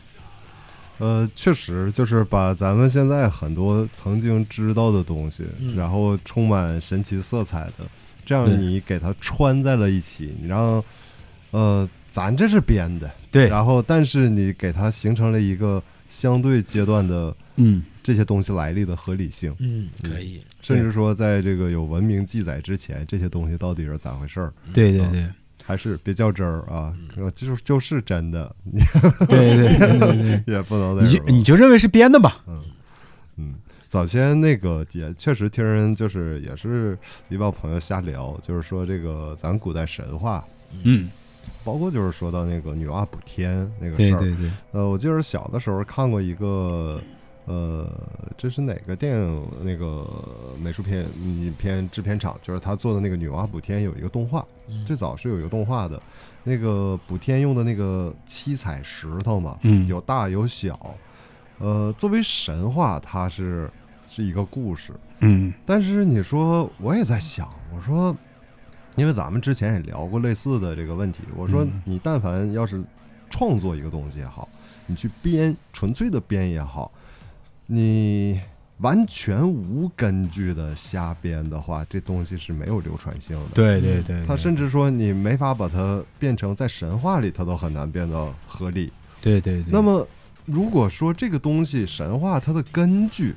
S1: 呃，确实就是把咱们现在很多曾经知道的东西，
S4: 嗯
S1: 然后充满神奇色彩的，这样
S2: 对
S1: 你给它穿在了一起，你让呃，咱这是编的，
S2: 对，
S1: 然后但是你给它形成了一个相对阶段的
S2: 嗯，
S1: 这些东西来历的合理性，
S4: 嗯，可以，
S1: 甚至说在这个有文明记载之前，这些东西到底是咋回事儿，
S2: 对对对
S1: 还是别较真儿啊，
S2: 嗯
S1: 呃就是就是真的，你
S2: 对对对对对，
S1: 也不 能那
S2: 你
S1: 什
S2: 就
S1: 么。
S2: 你就认为是编的吧，
S1: 嗯，早先那个也确实听人就是也是一帮朋友瞎聊，就是说这个咱古代神话，
S2: 嗯，
S1: 包括就是说到那个女娲补天那个
S2: 对
S1: 事儿。
S2: 对对，
S1: 呃，我记得小的时候看过一个，呃，这是哪个电影那个美术片影片制片厂，就是他做的那个女娲补天有一个动画，
S4: 嗯
S1: 最早是有一个动画的，那个补天用的那个七彩石头嘛，
S2: 嗯
S1: 有大有小，呃，作为神话，它是是一个故事，
S2: 嗯
S1: 但是你说，我也在想，我说，因为咱们之前也聊过类似的这个问题，我说
S2: 嗯
S1: 你但凡要是创作一个东西也好，你去编，纯粹的编也好，你完全无根据的瞎编的话，这东西是没有流传性的。
S2: 对对对，
S1: 它
S2: 对
S1: 甚至说你没法把它变成在神话里，它都很难变得合理。
S2: 对对对，
S1: 那么，如果说这个东西神话它的根据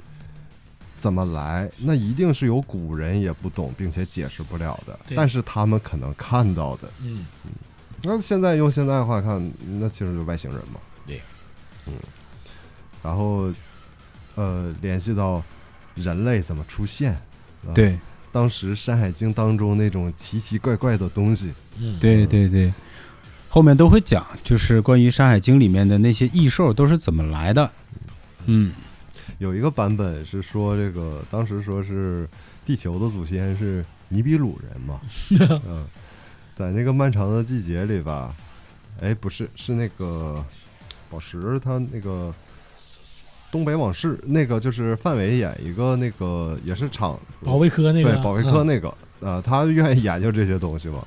S1: 怎么来，那一定是有古人也不懂并且解释不了的，
S4: 对
S1: 但是他们可能看到的。
S4: 嗯，
S1: 那现在用现代话看，那其实就外星人嘛。
S4: 对，
S1: 嗯，然后呃，联系到人类怎么出现，啊
S2: 对
S1: 当时《山海经》当中那种奇奇怪怪的东西，
S4: 嗯，
S2: 对对对，后面都会讲，就是关于《山海经》里面的那些异兽都是怎么来的，嗯，
S1: 有一个版本是说这个当时说是地球的祖先是尼比鲁人 嘛，嗯，在那个漫长的季节里吧，哎，不是，是那个宝石他那个。东北往事那个就是范伟演一个那个也是厂
S4: 保卫科那个，
S1: 对保卫科
S4: 嗯
S1: 那个啊、呃他愿意研究这些东西嘛。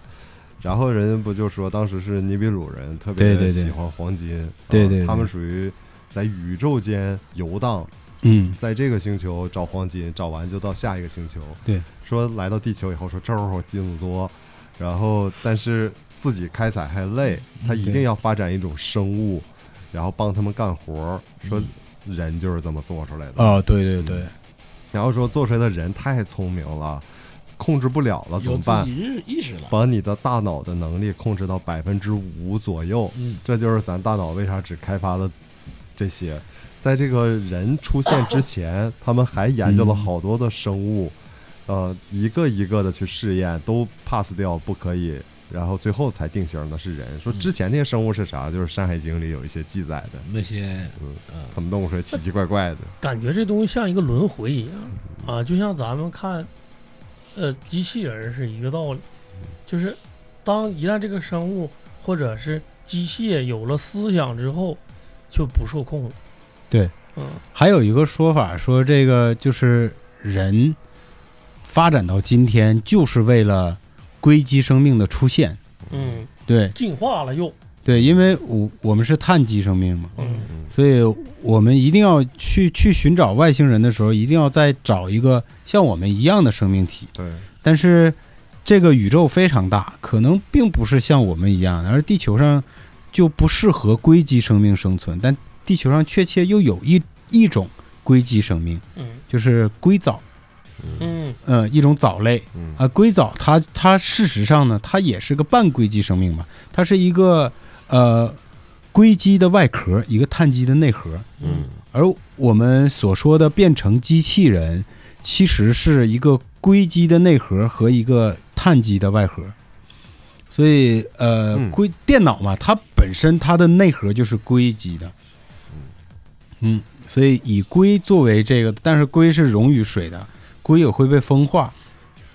S1: 然后人家不就说当时是尼比鲁人特
S2: 对对
S1: 别
S2: 对
S1: 喜欢黄金，啊
S2: 对对对
S1: 他们属于在宇宙间游荡，
S2: 嗯，
S1: 在这个星球找黄金，找完就到下一个星球。
S2: 对，
S1: 说来到地球以后，说这儿金子多，然后但是自己开采还累，
S4: 嗯
S1: 他一定要发展一种生物，然后帮他们干活儿。说人就是这么做出来的，
S4: 嗯
S2: 哦，对对对，
S1: 然后说做出来的人太聪明了，控制不了了怎
S4: 有
S1: 么
S4: 自
S1: 办
S4: 己？意意识了，
S1: 把你的大脑的能力控制到百分之五左右，
S4: 嗯，
S1: 这就是咱大脑为啥只开发了这些。在这个人出现之前，他们还研究了
S5: 嗯
S1: 好多的生物，呃，一个一个的去试验，都 pass 掉，不可以，然后最后才定型的是人。说
S5: 嗯
S1: 之前那些生物是啥？就是《山海经》里有一些记载的，
S4: 那些
S1: 他们弄出来奇奇怪怪的。
S5: 感觉这东西像一个轮回一样
S4: 嗯
S5: 啊，就像咱们看，呃，机器人是一个道理，就是当一旦这个生物或者是机械有了思想之后，就不受控了。
S2: 对，
S5: 嗯，
S2: 还有一个说法说，这个就是人发展到今天，就是为了硅基生命的出现。
S5: 嗯，
S2: 对
S5: 进化了又，
S2: 对，因为我我们是碳基生命嘛，
S5: 嗯
S2: 所以我们一定要去去寻找外星人的时候，一定要再找一个像我们一样的生命体。
S1: 对，
S2: 但是这个宇宙非常大，可能并不是像我们一样，而地球上就不适合硅基生命生存，但地球上确切又有一一种硅基生命，
S5: 嗯
S2: 就是硅藻，
S5: 嗯
S2: 呃，一种藻类
S1: 嗯
S2: 啊。硅藻它它事实上呢，它也是个半硅基生命嘛，它是一个呃硅基的外壳，一个碳基的内核。
S1: 嗯
S2: 而我们所说的变成机器人，其实是一个硅基的内核和一个碳基的外核。所以，呃，
S1: 嗯
S2: 硅电脑嘛，它本身它的内核就是硅基的，嗯，所以以硅作为这个，但是硅是溶于水的，硅也会被风化，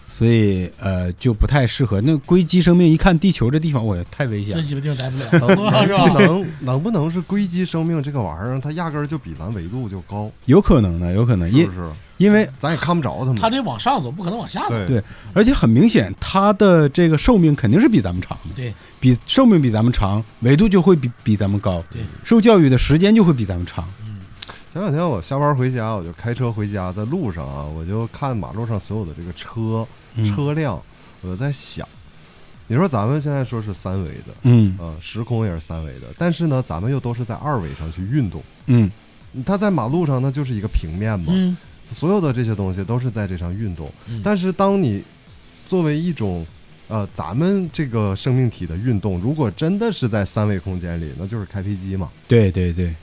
S2: 所以呃就不太适合。那硅基生命一看地球这地方，我太危险
S3: 真
S2: 了，
S3: 鸡巴地 儿待不
S1: 能
S3: 了。
S5: 嗯 是吧
S1: 能能能不能是硅基生命这个玩意儿，它压根儿就比咱维度就高，
S2: 有可能的，有可能，
S1: 是
S2: 因
S1: 不是？
S2: 因为
S1: 咱也看不着它
S3: 他
S1: 们。
S3: 得往上走，不可能往下走。
S1: 对
S2: 对而且很明显，它的这个寿命肯定是比咱们长的，
S3: 对，
S2: 比寿命比咱们长，维度就会比比咱们高，
S3: 对，
S2: 受教育的时间就会比咱们长。
S3: 嗯，
S1: 前两天我下班回家，我就开车回家，在路上啊，我就看马路上所有的这个车车辆，
S3: 嗯
S1: 我就在想，你说咱们现在说是三维的。
S2: 嗯，
S1: 啊，时空也是三维的，但是呢，咱们又都是在二维上去运动。
S2: 嗯
S1: 它在马路上，那就是一个平面嘛，
S3: 嗯，
S1: 所有的这些东西都是在这上运动。
S3: 嗯
S1: 但是，当你作为一种呃咱们这个生命体的运动，如果真的是在三维空间里，那就是开飞机嘛。
S2: 嗯，对对对，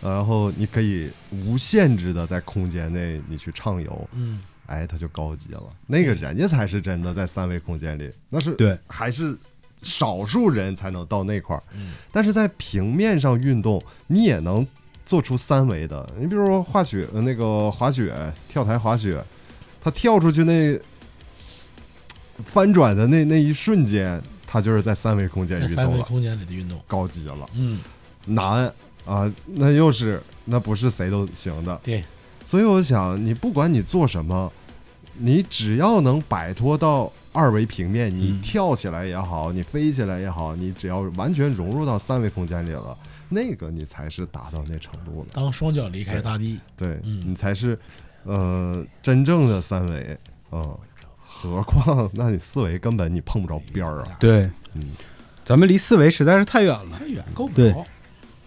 S1: 呃然后你可以无限制的在空间内你去畅游，
S3: 嗯，
S1: 哎，它就高级了。那个人家才是真的在三维空间里，那是
S2: 对
S1: 还是少数人才能到那块儿。
S3: 嗯
S1: 但是在平面上运动，你也能做出三维的。你比如说滑雪，呃那个滑雪、跳台滑雪，他跳出去那翻转的那那一瞬间，他就是在三维空间
S3: 在
S1: 运
S3: 三
S1: 动
S3: 维
S1: 了，
S3: 空间里的运动，
S1: 高级了。
S3: 嗯，
S1: 难啊，那又是那不是谁都行的。
S3: 对，
S1: 所以我想，你不管你做什么，你只要能摆脱到二维平面，你
S2: 嗯
S1: 跳起来也好，你飞起来也好，你只要完全融入到三维空间里了，那个你才是达到那程度了。
S3: 当双脚离开大地，
S1: 对、
S3: 嗯
S1: 你才是呃真正的三维嗯。何况，那你四维根本你碰不着边儿啊！
S2: 对，
S1: 嗯
S2: 咱们离四维实在是太远了。
S3: 太远够不
S2: 对
S3: 着。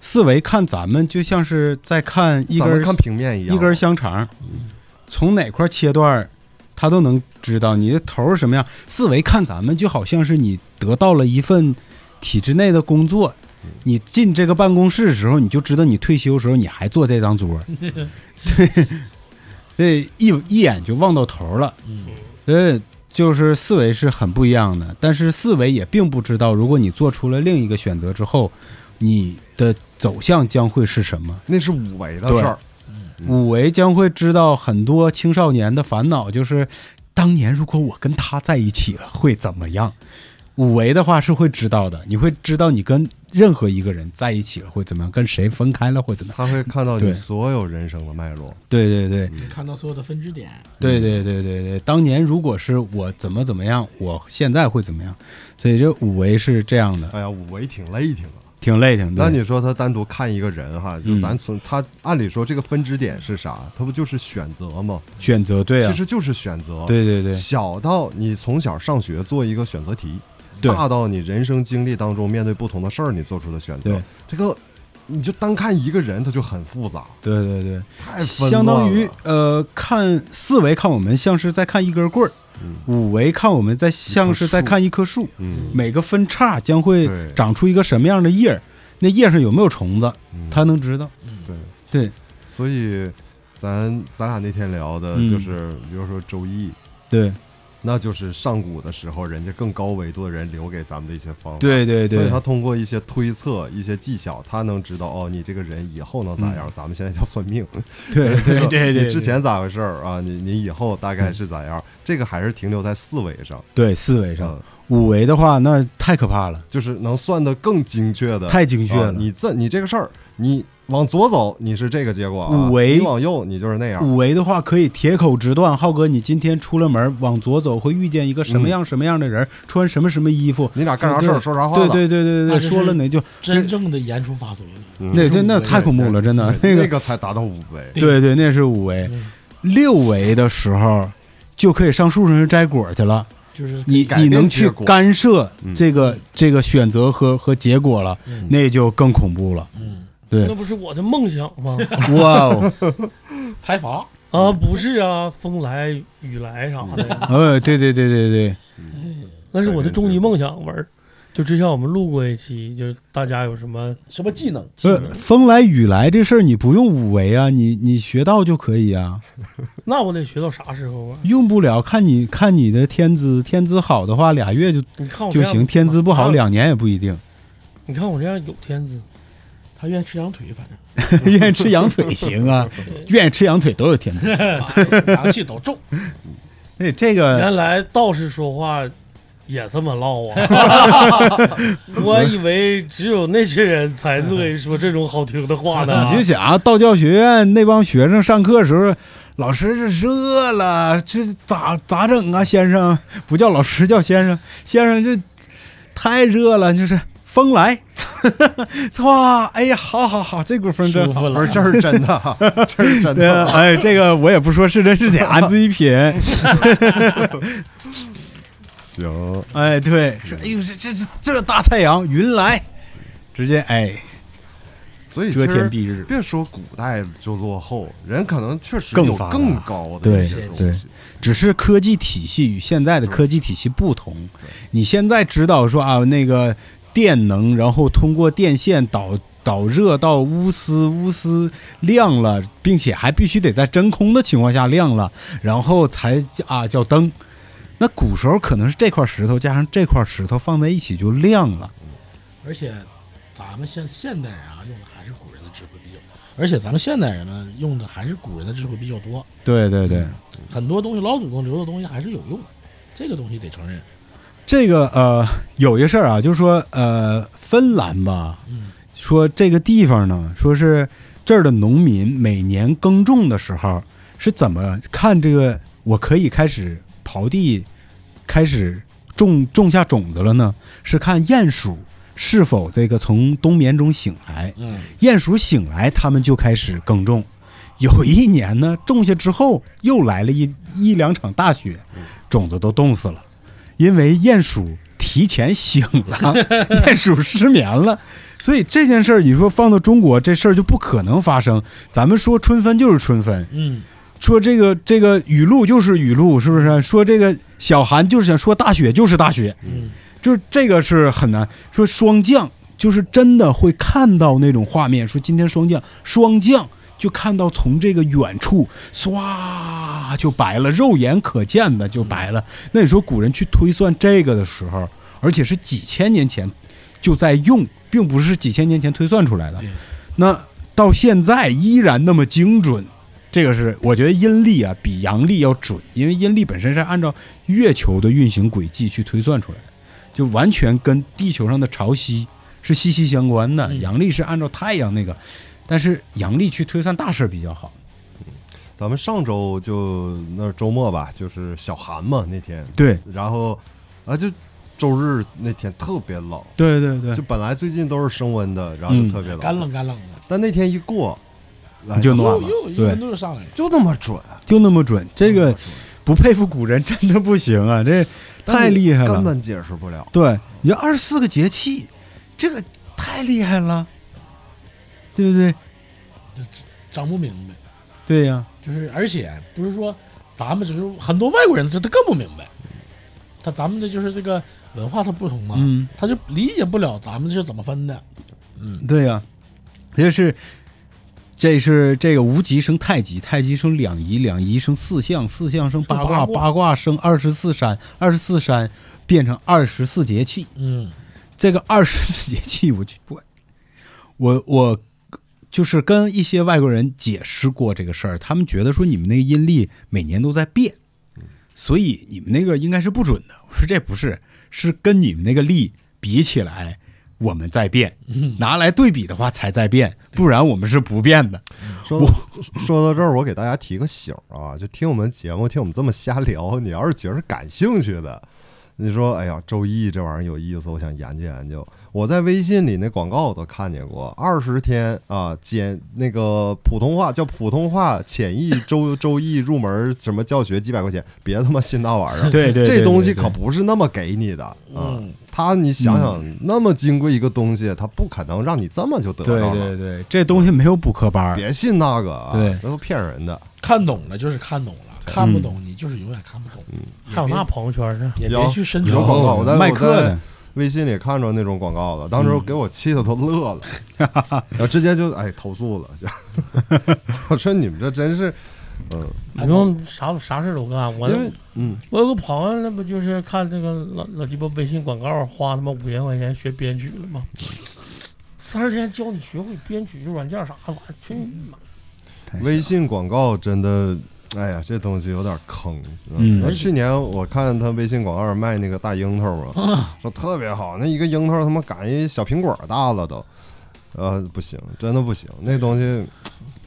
S2: 四维看咱们就像是在看一
S1: 咱
S2: 根
S1: 们看平面一样，
S2: 一根香肠，从哪块切段儿，他都能知道你的头是什么样。四维看咱们就好像是你得到了一份体制内的工作，你进这个办公室的时候，你就知道你退休时候你还坐这张桌，对，这一一眼就望到头了。
S3: 嗯，
S2: 呃，就是四维是很不一样的，但是四维也并不知道，如果你做出了另一个选择之后，你的走向将会是什么。
S1: 那是五维的
S2: 对
S1: 事儿。
S2: 五维将会知道很多青少年的烦恼，就是当年如果我跟他在一起了会怎么样？五维的话是会知道的，你会知道你跟任何一个人在一起了会怎么样，跟谁分开了会怎么样。
S1: 他会看到你
S2: 对
S1: 所有人生的脉络。
S2: 对对对
S3: 看到所有的分支点，
S2: 对对对对对，当年如果是我怎么怎么样，我现在会怎么样？所以这五维是这样的，
S1: 哎呀，五维挺累挺啊。
S2: 挺累挺累。
S1: 那你说他单独看一个人哈，就
S2: 嗯
S1: 咱从他按理说这个分支点是啥？他不就是选择吗？
S2: 选择对啊
S1: 其，实就是选择。
S2: 对对对
S1: 小到你从小上学做一个选择题，
S2: 对
S1: 大到你人生经历当中面对不同的事儿你做出的选择
S2: 对，
S1: 这个你就单看一个人他就很复杂，
S2: 对对对。
S1: 太纷
S2: 相当于
S1: 乱了
S2: 呃，看四维看我们像是在看一根棍儿，
S1: 嗯
S2: 五维看我们在像是在看一棵树，
S1: 嗯
S2: 每个分叉将会
S1: 对
S2: 长出一个什么样的叶儿，那叶上有没有虫子，
S1: 嗯
S2: 他能知道。
S1: 对，
S2: 对
S1: 所以咱咱俩那天聊的
S2: 嗯
S1: 就是，比如说周易。
S2: 对
S1: 那就是上古的时候，人家更高维度的人留给咱们的一些方法。
S2: 对对
S1: 所以
S2: 对
S1: 他通过一些推测、一些技巧，他能知道哦，你这个人以后能咋样？咱们现在叫算命，
S2: 嗯对 对对对，
S1: 你之前咋回事儿啊？你你以后大概是咋样？这个还是停留在四维上，
S2: 对四维上
S1: 嗯，，
S2: 五维的话那太可怕了，
S1: 就是能算得更精确的，
S2: 太精确
S1: 啊
S2: 了。
S1: 你这你这个事儿，你往左走，你是这个结果啊；
S2: 五维
S1: 你往右，你就是那样。
S2: 五维的话，可以铁口直断。浩哥，你今天出了门往左走，会遇见一个什
S1: 嗯
S2: 么样什么样的人，穿什么什么衣服？
S1: 你俩干啥事儿说啥话
S2: 对
S1: 了？
S2: 对对对对，
S3: 啊这是
S2: 说了哪句？
S3: 真正的言出法随了。
S1: 嗯
S2: 那真的
S3: 五维
S2: 太恐怖了，真的。
S1: 那
S2: 那个
S1: 才达到五维。
S2: 对对，那是五维，
S3: 嗯
S2: 六维的时候就可以上树上去摘果去了。
S3: 就是
S2: 你
S1: 改变
S2: 你能去
S1: 结果
S2: 干涉
S1: 嗯
S2: 这个这个选择和和结果了，
S3: 嗯
S2: 那就更恐怖了。
S3: 嗯，
S2: 对
S5: 那，不是我的梦想吗？
S2: 哇哦，
S3: 财阀，
S5: 啊，不是啊，风来雨来啥的呀，
S2: 呃，对对对对对，
S5: 那是我的终极梦想文儿。就之前我们录过一期，就是大家有什么
S3: 什么技能？
S5: 技能
S2: 呃，风来雨来这事儿你不用五维啊，你你学到就可以啊，
S5: 那我得学到啥时候啊？
S2: 用不了看你看你的天资，天资好的话俩月就
S5: 你看哦我这
S2: 就
S5: 样
S2: 行，天资不好
S5: 啊
S2: 两年也不一定。
S5: 你看我这样有天资，
S3: 他愿意吃羊腿，反正
S2: 愿意吃羊腿行啊，愿意吃羊腿都有天资。
S3: 阳气都重。
S2: 那这个
S5: 原来道士说话也这么唠啊！ 我以为只有那些人才乐意说这种好听的话呢
S2: 你。就想啊，道教学院那帮学生上课的时候，老师这是饿了，这咋咋整啊？先生不叫老师叫先生，先生这太热了，就是风来， 哇，哎呀，好好好，这股风真好。
S1: 不是，这是真的， 这是真
S2: 对啊，
S1: 的。
S2: 哎，这个我也不说是真 是假，你自己品。
S1: 行，
S2: 哎，对，说哎呦，这这这这大太阳，云来，直接哎
S1: 所以
S2: 遮
S1: 其实
S2: 天蔽日。
S1: 别说古代就落后，人可能确实
S2: 更
S1: 有
S2: 发达
S1: 更高的
S2: 对
S1: 一些东
S2: 对
S1: 西。
S2: 只是科技体系与现在的科技体系不同。你现在知道说啊，那个电能，然后通过电线导导热到钨丝，钨丝亮了，并且还必须得在真空的情况下亮了，然后才啊叫灯。那古时候可能是这块石头加上这块石头放在一起就亮了。
S3: 而且咱们现现代人啊，用的还是古人的智慧比较，而且咱们现代人呢，用的还是古人的智慧比较多，
S2: 对对对，
S3: 很多东西老祖宗留的东西还是有用的，这个东西得承认。
S2: 这个呃有一个事儿啊，就是说呃芬兰吧，
S3: 嗯
S2: 说这个地方呢，说是这儿的农民每年耕种的时候是怎么看这个我可以开始刨地，开始种种下种子了呢？是看鼹鼠是否这个从冬眠中醒来，
S3: 嗯，
S2: 鼹鼠醒来，他们就开始耕种。有一年呢，种下之后又来了一一两场大雪，种子都冻死了，因为鼹鼠提前醒了， 鼹鼠失眠了。所以这件事儿，你说放到中国，这事儿就不可能发生。咱们说春分就是春分，
S3: 嗯，
S2: 说这个这个雨露就是雨露，是不是？说这个小寒就是想说大雪就是大雪，
S3: 嗯，
S2: 就是这个是很难说霜降，就是真的会看到那种画面，说今天霜降，霜降就看到从这个远处唰就白了，肉眼可见的就白了。那你说古人去推算这个的时候，而且是几千年前就在用，并不是几千年前推算出来的
S3: 对，
S2: 那到现在依然那么精准。这个是我觉得阴历啊比阳历要准，因为阴历本身是按照月球的运行轨迹去推算出来的。就完全跟地球上的潮汐是息息相关的。
S3: 嗯
S2: 阳历是按照太阳那个，但是阳历去推算大事儿比较好。
S1: 咱们上周就那周末吧，就是小寒嘛那天，
S2: 对，
S1: 然后啊就周日那天特别冷，
S2: 对对对嗯
S1: 就，本来最近都是升温的，然后就特别冷，
S3: 干冷干冷的，
S1: 但那天一过，哎
S2: 就暖
S3: 又
S2: 了
S3: 又一
S2: 对
S3: 温度就上来了。
S1: 就那么准，
S2: 就那么准。
S1: 就
S2: 这
S1: 那
S2: 个
S1: 么准
S2: 不佩服古人真的不行啊，这
S1: 但是
S2: 太厉害
S1: 根
S2: 了。
S1: 本解释不了。
S2: 对，你这二十四个节气，这个太厉害了，对不对？
S3: 整不明白，
S2: 对呀、
S3: 就是而且不是说咱们只是很多外国人这他更不明白，他咱们的就是这个文化它不同嘛，
S2: 嗯，
S3: 他就理解不了咱们是怎么分的。嗯，
S2: 对呀、这是。这是这个无极生太极，太极生两仪，两仪生四象，四象生八卦，
S3: 生八卦
S2: 八卦生二十四山，二十四山变成二十四节气。
S3: 嗯，
S2: 这个二十四节气，我就我我我就是跟一些外国人解释过这个事儿，他们觉得说你们那个阴历每年都在变，所以你们那个应该是不准的。我说这不是，是跟你们那个历比起来，我们在变，拿来对比的话才在变，不然我们是不变的。
S1: 说说到这儿，我给大家提个醒儿啊，就听我们节目，听我们这么瞎聊，你要是觉得感兴趣的，你说哎呀，周易这玩意儿有意思，我想研究研究。我在微信里那广告我都看见过，二十天啊，简那个普通话叫普通话简易周周易入门什么教学几百块钱，别他妈信那玩意儿，
S2: 对对嗯
S1: 这东西可不是那么给你的啊。他你想想，那么金贵一个东西，他不可能让你这么就得
S2: 对
S1: 到
S2: 对
S1: 了，
S2: 对，这东西没有补课班儿，
S1: 别信那个啊，
S2: 对
S1: 那都骗人的。
S3: 看懂了就是看懂了，看不懂你就是永远看不懂。也
S5: 还有
S3: 别
S5: 那朋友圈呢，
S3: 也
S1: 有
S3: 别去深
S1: 有
S3: 究。
S1: 广告我在
S2: 卖课呢，
S1: 微信里看着那种广告了，当
S2: 嗯
S1: 时给我气的都乐 了，然后直接就哎投诉了，就 我说你们这真是，嗯，
S5: 不用啥啥事儿都干。我
S1: 因为嗯
S5: 我有个朋友，那不就是看那个老老鸡巴微信广告，花他妈五千块钱学编曲了吗？三十天教你学会编曲这软件啥玩意儿，去你妈！
S2: 啊
S1: 微信广告真的，哎呀，这东西有点坑。
S2: 嗯
S1: 我去年我看他微信广告卖那个大樱桃嘛，
S2: 啊
S1: 说特别好，那一个樱桃他妈赶一小苹果大了都，呃，不行，真的不行，那东西。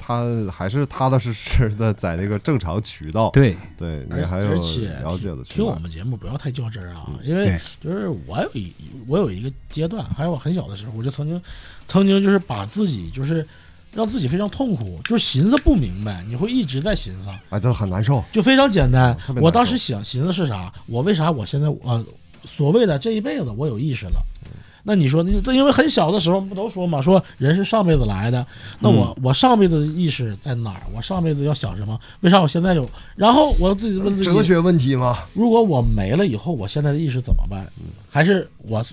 S1: 他还是踏踏实实的在那个正常渠道，
S2: 对，
S1: 对
S3: 而
S1: 你还有
S3: 而且
S1: 了解的渠
S3: 听
S1: 道。嗯
S3: 我们节目不要太较真儿啊，因
S2: 对
S3: 为就是我有一我有一个阶段，还有我很小的时候，我就曾经曾经就是把自己就是让自己非常痛苦，就是寻思不明白，你会一直在寻思，啊
S1: 哎，这很难受。
S3: 就非常简单
S1: 哦特别。难
S3: 我当时想寻思是啥？我为啥我现在呃所谓的这一辈子我有意识了？
S1: 嗯
S3: 那你说，那这因为很小的时候不都说嘛，说人是上辈子来的。那我、
S1: 嗯
S3: 我上辈子的意识在哪儿？我上辈子要想什么？为啥我现在有？然后我自己问自己，
S1: 哲学问题吗？
S3: 如果我没了以后，我现在的意识怎么办？还是我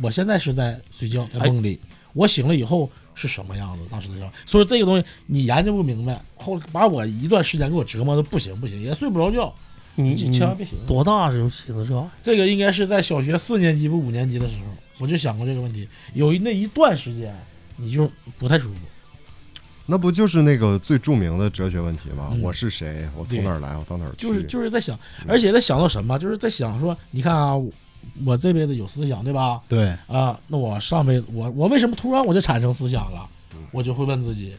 S3: 我现在是在睡觉，在梦里，我醒了以后是什么样子？当时的状态，所以这个东西你研究不明白，后把我一段时间给我折磨的不行不行，也睡不着觉。
S5: 你
S3: 你
S5: 你
S3: 千万别寻思，
S5: 多大时候寻思这玩意儿？
S3: 这个应该是在小学四年级不五年级的时候，我就想过这个问题。有一那一段时间，你就不太舒服。
S1: 那不就是那个最著名的哲学问题吗？
S3: 嗯
S1: 我是谁？我从哪儿来？我到哪儿去？
S3: 就是嗯就是在想，而且在想到什么，就是在想说，你看啊，我我这辈子有思想，对吧？
S2: 对，
S3: 啊，那我上辈子我我为什么突然我就产生思想了？
S1: 嗯
S3: 我就会问自己，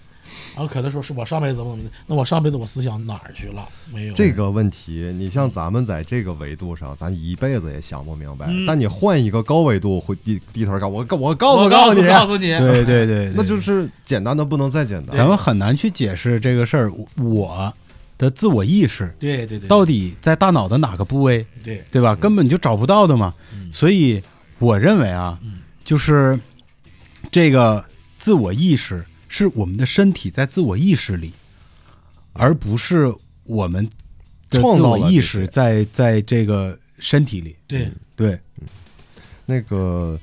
S3: 然后可能说是我上辈子怎么怎么的，那我上辈子我思想哪儿去了？没有
S1: 这个问题，你像咱们在这个维度上，咱一辈子也想不明白。
S3: 嗯
S1: 但你换一个高维度，会低低头干。我告我告
S3: 我
S1: 我
S3: 告
S1: 诉你，
S3: 告诉你，
S2: 对对对，
S1: 那就是是简单的不能再简单。
S2: 咱们很难去解释这个事儿，我的自我意识
S3: 对对对，
S2: 到底在大脑的哪个部位，
S3: 对
S2: 对
S1: 嗯
S2: 吧？根本就找不到的嘛。
S3: 嗯
S2: 所以我认为啊，
S3: 嗯
S2: 就是这个自我意识是我们的身体在自我意识里，而不是我们的
S1: 创
S2: 自
S1: 造
S2: 我
S1: 了
S2: 意
S1: 这
S2: 识
S1: 些
S2: 在在这个身体里。
S3: 对，
S1: 嗯
S2: 对，
S1: 那个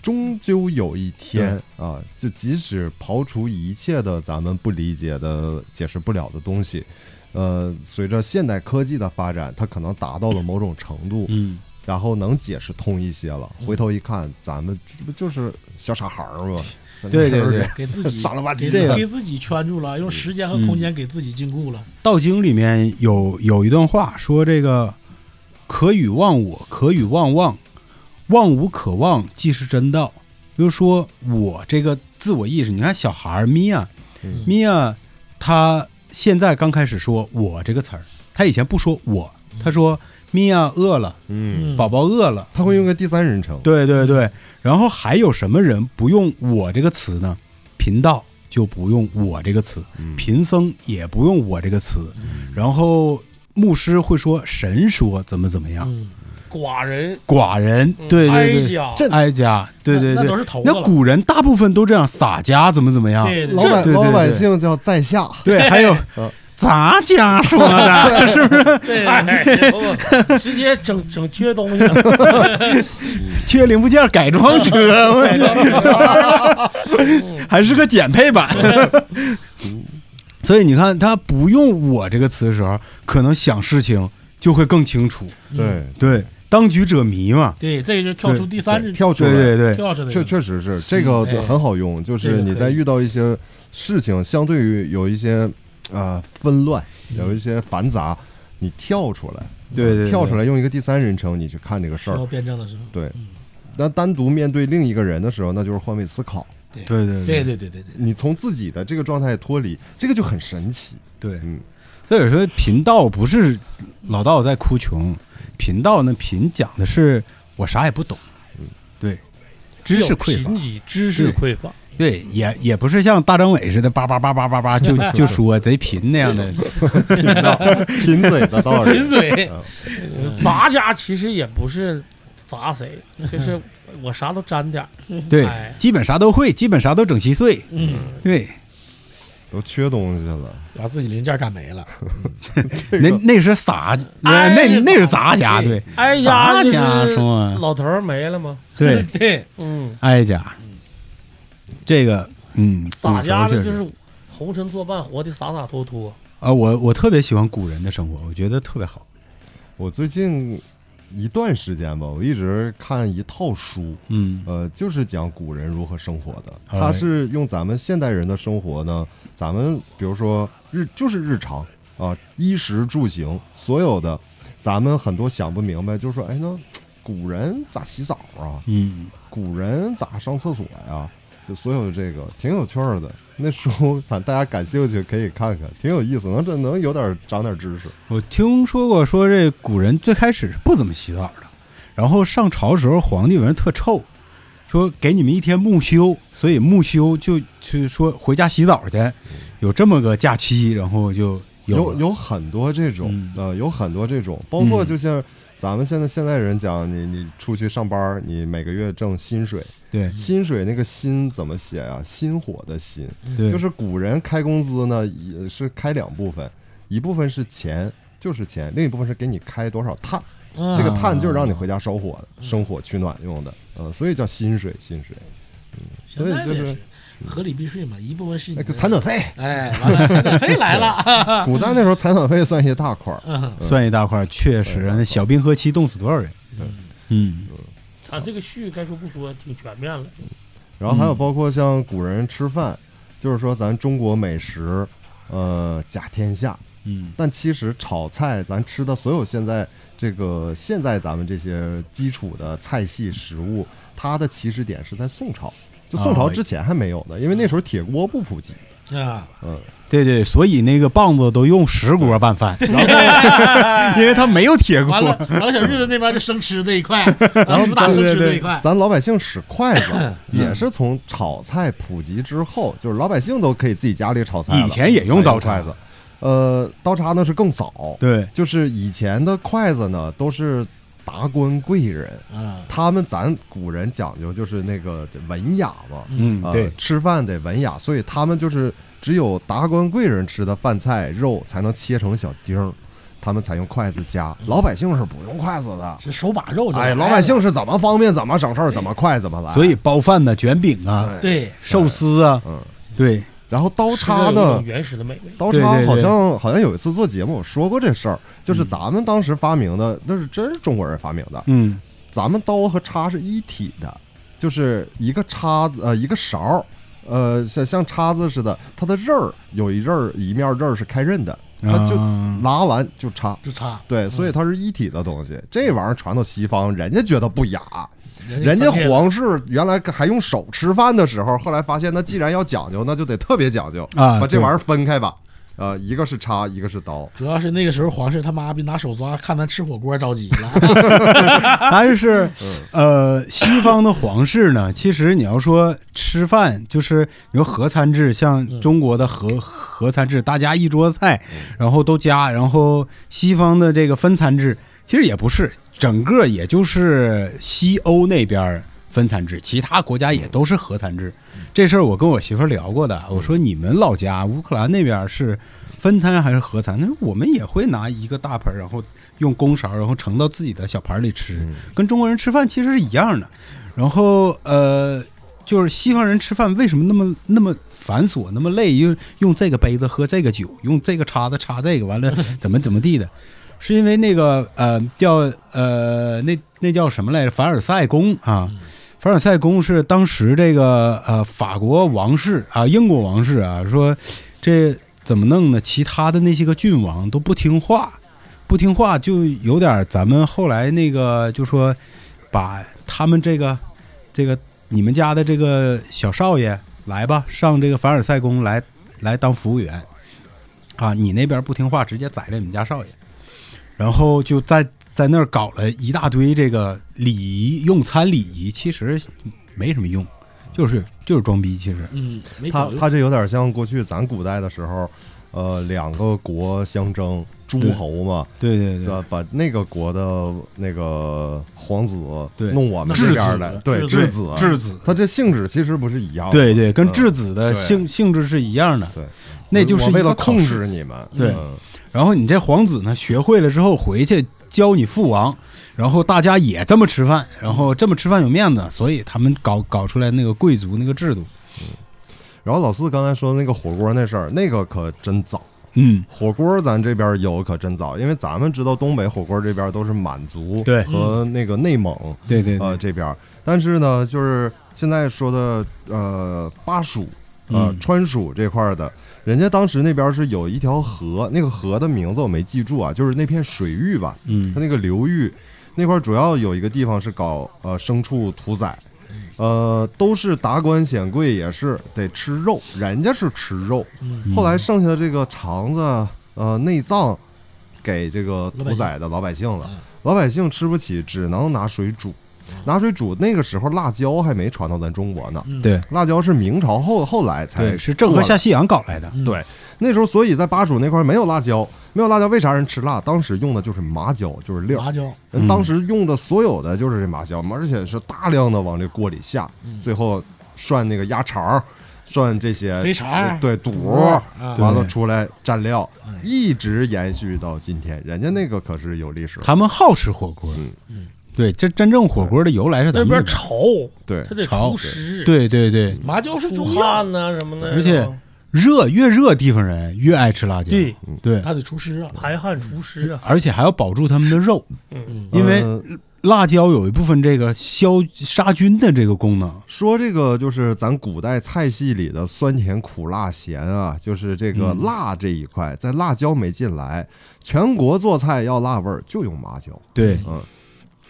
S1: 终究有一天啊，就即使刨除一切的咱们不理解的、解释不了的东西，呃，随着现代科技的发展，它可能达到了某种程度，
S2: 嗯，
S1: 然后能解释通一些了。回头一看，咱们这不就是小傻孩儿吗？
S2: 对对对，
S3: 给自 己
S1: 傻了吧唧
S3: 给
S2: 这个
S3: 给自己圈住了，用时间和空间给自己禁锢了。
S2: 《道经》里面有有一段话说：“这个可与忘我，可与忘忘，忘无可忘，即是真道。”就是说我这个自我意识，你看小孩儿啊米娅，
S1: 嗯
S2: 米娅她啊现在刚开始说“我”这个词儿，她以前不说“我”，她说米娅饿了，
S1: 嗯，
S2: 宝宝饿了。
S1: 他会用个第三人称，
S2: 对对对，然后还有什么人不用“我”这个词呢？贫道就不用“我”这个词，
S1: 嗯
S2: 贫僧也不用“我”这个词，然后牧师会说神说怎么怎么样，
S3: 嗯，
S5: 寡人，
S2: 寡人
S5: 嗯
S2: 对
S5: 哀
S2: 对对，
S5: 家，
S2: 哀家对对
S3: 那那
S2: 对
S3: 都，是头子
S2: 那
S3: 了。
S2: 古人大部分都这样，洒家怎么怎么样，
S3: 对对
S1: 老
S3: 对，
S1: 百
S2: 对对对
S1: 老百姓叫在下，
S2: 对，还有
S1: 嗯
S2: 咱家说的是不是
S1: 哎
S5: 对，直接整 整缺东西 了。
S2: 缺零部件改装车，
S3: 嗯
S2: 我还是个减配版。
S3: 嗯
S2: 所以你看，他不用“我”这个词的时候，可能想事情就会更清楚。
S1: 对
S2: 对，当局者迷嘛。
S3: 对，这就是跳出第三
S1: 对
S3: 只
S1: 跳出
S2: 对
S1: 来，
S2: 对对，
S3: 跳出来
S1: 确
S3: 的。
S1: 确实是这个
S3: 哎
S1: 很好用，就
S3: 这
S1: 是
S3: 个
S1: 你
S3: 可
S1: 在
S3: 以
S1: 遇到一些事情，相对于有一些呃纷乱，有一些繁杂，你跳出来，
S2: 对对，
S1: 跳出
S2: 来。
S1: 来用一个第三人称你去看这个事
S3: 需
S1: 儿
S3: 要，辩证的时候，
S1: 对，那单独面对另一个人的时候，那就是换位思考。
S2: 对
S1: 嗯
S2: 对
S3: 对对对对对，
S1: 你从自己的这个状态脱离，这个就很神奇。
S2: 对，
S1: 嗯，
S2: 所以说贫道不是老道在哭穷，贫道呢贫讲的是我啥也不懂，对，知识匮乏
S5: 贫，瘠，知识匮乏，
S2: 对，也也不是像大张伟似的叭叭叭叭叭叭就就说贼贫那样的，
S1: 贫道 贫嘴的道
S5: 贫
S1: 人，
S5: 嘴。
S1: 嗯
S5: 咱家其实也不是砸谁，就是我啥都沾 点儿。
S2: 对
S5: 哎，
S2: 基本啥都会，基本啥都整稀碎，
S3: 嗯，
S2: 对，
S1: 都缺东西了。
S3: 把自己零件干没了，
S2: 那那是撒，那
S5: 哎
S2: 那那是咱家，对，
S5: 哀
S2: 咱
S5: 家就
S2: 家
S5: 是
S2: 是吗？
S5: 老头儿没了吗？
S2: 对，
S5: 对，嗯，
S2: 哀家，这个嗯，
S5: 洒家
S2: 的
S5: 的就是红尘作伴，活得洒洒脱脱。
S2: 啊，我我特别喜欢古人的生活，我觉得特别好，
S1: 我最近一段时间吧，我一直看一套书，
S2: 嗯
S1: 呃，就是讲古人如何生活的。
S2: 哎
S1: 它是用咱们现代人的生活呢，咱们比如说日就是日常啊、衣食住行所有的，咱们很多想不明白，就是说，哎，那古人咋洗澡啊？
S2: 嗯，
S1: 古人咋上厕所呀？就所有这个挺有趣儿的。那书反大家感兴趣可以看看，挺有意思，能这能有点长点知识。
S2: 我听说过说这古人最开始是不怎么洗澡的，然后上朝时候皇帝闻着特臭，说给你们一天沐休，所以沐休就去说回家洗澡去，有这么个假期，然后就有
S1: 有
S2: 了
S1: 有很多这种，
S2: 嗯
S1: 呃，有很多这种，包括
S2: 嗯
S1: 就像咱们现在现代人讲，你你出去上班儿，你每个月挣薪水，
S2: 对
S1: 薪水那个薪怎么写啊？薪火的薪，
S2: 对，
S1: 就是古人开工资呢，也是开两部分，一部分是钱，就是钱，另一部分是给你开多少碳，
S3: 嗯
S2: 啊
S1: 这个碳就是让你回家烧火的，生火取暖用的，呃，所以叫薪水，薪水，
S3: 现
S1: 所以
S3: 在也
S1: 就是
S3: 是合理避税嘛，一部分是你
S1: 那
S3: 的
S1: 个残，暖费，
S3: 哎，完了残暖费来了，
S2: 啊
S1: 古代那时候残暖费算一大块儿，
S3: 嗯
S2: 算一大块儿，确实啊，那小冰河期冻死多少人？
S1: 对
S2: 嗯，
S5: 咱这个序该说不说，挺全面了。
S1: 然后还
S2: 嗯
S1: 有包括像古人吃饭，就是说咱中国美食，呃，甲天下。
S2: 嗯
S1: 但其实炒菜，咱吃的所有现在这个现在咱们这些基础的菜系食物，它的起始点是在宋朝，就宋
S2: 啊
S1: 朝之前还没有的，因为那时候铁锅不普及。
S3: 啊，
S1: 嗯，
S2: 对对，所以那个棒子都用石锅拌饭，然后 因为它没有铁锅
S3: 哎完。了完了，小日子那边就生吃这一 块，
S2: 啊
S3: 然后主打生吃这一块，
S1: 咱老百姓使筷
S2: 嗯
S1: 子也是从炒菜普及之后，就是老百姓都可以自己家里炒菜了，
S2: 以前也用刀叉
S1: 才有筷子，呃，刀叉那是更早，
S2: 对，
S1: 就是以前的筷子呢都是达官贵人，
S3: 啊，
S1: 他们咱古人讲究就是那个文雅嘛，
S2: 嗯
S1: 啊、
S2: 对，
S1: 吃饭得文雅，所以他们就是只有达官贵人吃的饭菜肉才能切成小丁儿，他们才用筷子夹，
S2: 嗯
S1: 老百姓是不用筷子的。
S3: 是手把肉就来
S1: 哎，
S3: 了，
S1: 老百姓是怎么方便怎么省事儿，怎么快怎么来。
S2: 所以，包饭呢、卷饼啊、
S3: 对
S2: 寿司啊，
S1: 嗯，
S2: 对，
S1: 然后刀叉
S5: 吃着有一
S1: 呢
S5: 种？原始的美味，
S1: 刀
S2: 对
S1: 叉
S2: 对对
S1: 好像好像有一次做节目我说过这事儿，就是咱们当时发明的，那是真是中国人发明的。
S2: 嗯，
S1: 咱们刀和叉是一体的，就是一个叉子呃一个勺儿，呃像像叉子似的，它的刃儿有一刃儿一面刃儿是开刃的，它就
S2: 啊嗯
S1: 拉完就叉。
S3: 就差
S1: 对，所以它是一体的东西。这玩意儿传到西方，人家觉得不雅，人
S3: 人
S1: 家
S3: 家黄
S1: 皇室原来还用手吃饭的时候，后来发现，那既然要讲究，那就得特别讲究
S2: 啊
S1: 把这
S2: 对
S1: 玩意儿分开吧。呃，一个是叉，一个是刀。
S3: 主要是那个时候皇室他妈比拿手抓看咱吃火锅着急了，
S2: 但是，呃，西方的皇室呢，其实你要说吃饭，就是你说合餐制，像中国的合合餐制，大家一桌菜，然后都加，然后西方的这个分餐制，其实也不是，整个也就是西欧那边儿分餐制，其他国家也都是合餐制。这事儿我跟我媳妇儿聊过的，我说你们老家乌克兰那边儿是分餐还是合餐？她说我们也会拿一个大盆儿，然后用公勺，然后盛到自己的小盘儿里吃，跟中国人吃饭其实是一样的。然后呃，就是西方人吃饭为什么那么那么繁琐，那么累？用用这个杯子喝这个酒，用这个叉子叉这个，完了怎么怎么地的？是因为那个呃叫呃那那叫什么来着？凡尔赛宫啊。凡尔赛宫是当时这个呃法国王室啊，英国王室啊，说这怎么弄呢？其他的那些个郡王都不听话，不听话就有点咱们后来那个就说把他们这个这个你们家的这个小少爷来吧，上这个凡尔赛宫来来当服务员啊，你那边不听话，直接宰了你们家少爷，然后就在在那儿搞了一大堆这个礼仪用餐礼仪，其实没什么用，就是就是装逼，其实
S3: 嗯，
S2: 哎
S3: 没
S1: 他
S3: 搞
S1: 他这有点像过去咱古代的时候，呃，两个国相争，诸
S2: 对
S1: 侯嘛，
S2: 对对对
S1: 把把那个国的那个皇子
S2: 对
S1: 弄我们
S2: 质
S1: 这
S2: 子
S1: 边来，对，
S3: 质
S1: 质
S2: 子
S1: 子，
S2: 质子，
S1: 他这性质其实不是一样的，
S2: 对对，跟
S1: 嗯
S2: 质子的
S1: 对
S2: 性性质是一样的，
S1: 对，嗯
S2: 那就是
S1: 我为
S2: 一个
S1: 了
S2: 考
S1: 控
S2: 试
S1: 制你们，
S2: 对
S1: 嗯
S2: 然后你这皇子呢，学会了之后回去教你父王，然后大家也这么吃饭，然后这么吃饭有面子，所以他们搞搞出来那个贵族那个制度。
S1: 然后老四刚才说的那个火锅那事儿，那个可真早。
S2: 嗯，
S1: 火锅咱这边有可真早，因为咱们知道东北火锅这边都是满族
S2: 对嗯
S1: 和那个内蒙
S2: 对对对，
S1: 呃这边儿，但是呢，就是现在说的呃巴蜀呃、
S2: 嗯
S1: 川蜀这块儿的，人家当时那边是有一条河，那个河的名字我没记住啊，就是那片水域吧，它
S2: 嗯
S1: 那个流域那块儿主要有一个地方是搞呃牲畜屠宰，呃，都是达官显贵也是得吃肉，人家是吃肉，
S2: 嗯
S1: 后来剩下的这个肠子呃内脏给这个屠宰的老百姓了
S3: 嗯，
S1: 老百姓吃不起，只能拿水煮。拿水煮，那个时候辣椒还没传到咱中国呢，
S2: 对
S1: 辣椒是明朝后后来才
S2: 嗯对是郑和
S1: 过来
S2: 下西洋搞来的。
S3: 嗯
S1: 对那时候，所以在巴蜀那块儿没有辣椒，没有辣椒，为啥人吃辣？当时用的就是麻椒，就是粒儿。
S3: 麻椒，
S1: 人
S2: 嗯
S1: 当时用的所有的就是这麻椒，而且是大量的往这锅里下，
S3: 嗯
S1: 最后涮那个鸭肠儿，涮这些
S3: 肥肠儿
S1: 呃对肚儿，
S3: 啊，
S1: 完了
S2: 对
S1: 出来蘸料
S3: 哎，
S1: 一直延续到今天。人家那个可是有历史，
S2: 他们好吃火锅
S1: 嗯
S3: 嗯，
S2: 对，这真正火锅的由来是咱
S5: 那
S2: 们
S5: 边
S2: 这
S5: 潮，
S1: 对
S5: 他得
S2: 潮
S5: 除湿，，
S2: 对对
S1: 嗯
S2: 对，
S3: 麻椒是
S5: 出
S3: 中药，
S5: 汗呐什么的，
S2: 而且
S5: 是吧
S2: 热越热地方人越爱吃辣椒，
S5: 对
S2: 对，
S3: 它得除湿啊，
S5: 排汗除湿啊，
S2: 而且还要保住他们的肉，
S3: 嗯，
S2: 因为
S1: 呃
S2: 辣椒有一部分这个消杀菌的这个功能。
S1: 说这个就是咱古代菜系里的酸甜苦辣咸啊，就是这个
S2: 嗯
S1: 辣这一块，在辣椒没进来，全国做菜要辣味儿就用麻椒，
S2: 对
S1: 嗯，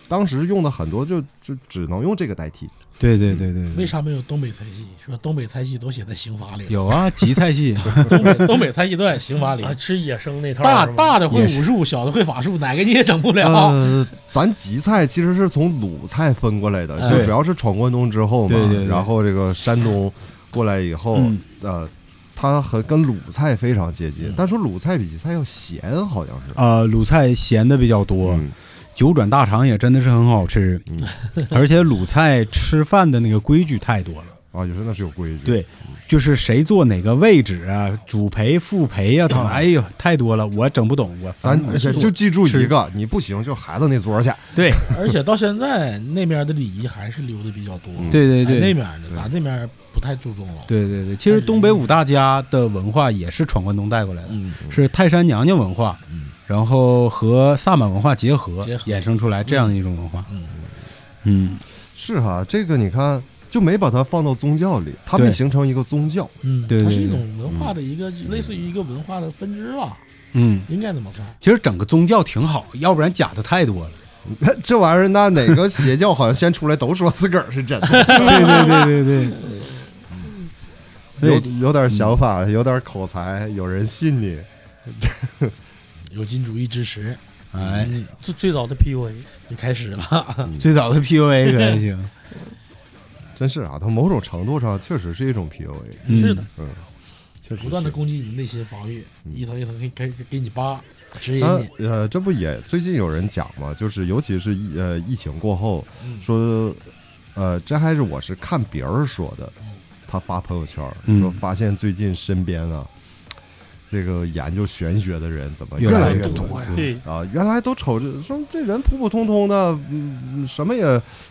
S1: 当时用的很多就就只能用这个代替，
S2: 对对对对
S1: 嗯
S2: 对，
S3: 为啥没有东北菜系？说东北菜系都写在刑法里了，
S2: 有啊，集菜 系，
S3: 东北东北菜系都在 刑法里。
S5: 啊吃野生那套
S3: 嗯大
S5: 是吧
S3: 大的会
S2: 也是
S3: 武术，小的会法术，哪个你也整不
S2: 嗯
S3: 了。
S1: 呃，咱吉菜其实是从鲁菜分过来的，
S3: 哎
S1: 就主要是闯关东之后嘛，
S2: 对对对
S1: 然后这个山东过来以后，
S2: 嗯
S1: 呃，它和跟鲁菜非常接近
S3: 嗯，
S1: 但说鲁菜比吉菜要咸，好像是。
S2: 呃，鲁菜咸的比较多，
S1: 嗯
S2: 九转大肠也真的是很好吃，
S1: 嗯
S2: 而且鲁菜吃饭的那个规矩太多了，
S1: 啊，有时候那是有规矩。
S2: 对就是谁坐哪个位置啊，主陪、副陪呀、怎么，哎呦，太多了，我整不懂，我
S1: 咱
S2: 烦我
S1: 就
S2: 坐
S1: 就记住一个，你不行就孩子那桌去。
S2: 对
S3: 而且到现在那面的礼仪还是留的比较多，
S1: 嗯
S2: 对对
S3: 在那
S2: 对。
S3: 面的，咱这面不太注重了。
S2: 对对对，其实东北五大家的文化也是闯关东带过来的，
S3: 嗯，
S2: 是泰山娘娘文化，
S3: 嗯
S2: 然后和萨满文化结合，
S3: 结合
S2: 衍生出来这样的一种文化。
S3: 嗯
S2: 嗯，
S1: 是哈，这个你看就没把它放到宗教里，它没
S2: 对
S1: 形成一个宗教。
S3: 嗯，
S2: 对对
S3: 它是一
S2: 对
S3: 种文化的一个，类似于一个文化的分支吧，
S2: 嗯，
S3: 应该这么看。
S2: 其实整个宗教挺好，要不然假的太多了。
S1: 这玩意儿，那哪个邪教好像先出来都说自个儿是真的。
S2: 对对对对对。
S1: 有
S2: 对
S1: 有点想法，有点口才，有人信你。
S3: 有金主义支持，
S2: 哎，
S3: 嗯，
S5: 最最早的 PUA，
S3: 就开始了。
S2: 最早的 PUA 可还行，
S1: 真是啊，它某种程度上确实是一种 PUA，
S2: 嗯
S5: 是的，
S1: 嗯， 确实
S3: 不断的
S1: 是。
S3: 攻击你内心防御，
S1: 嗯
S3: 一层一层给给给你扒，指引
S1: 啊
S3: 你。
S1: 呃，这不也最近有人讲嘛，就是尤其是疫呃疫情过后，
S3: 嗯，
S1: 说呃这还是我是看别人说的，他发朋友圈儿
S2: 嗯
S1: 说发现最近身边啊，这个研究玄学的人怎么
S2: 越
S1: 越
S2: 来
S1: 来
S2: 越
S1: 越
S3: 多呀
S5: 对，
S1: 啊，原来都瞅着说这人普普通通的，嗯，什么也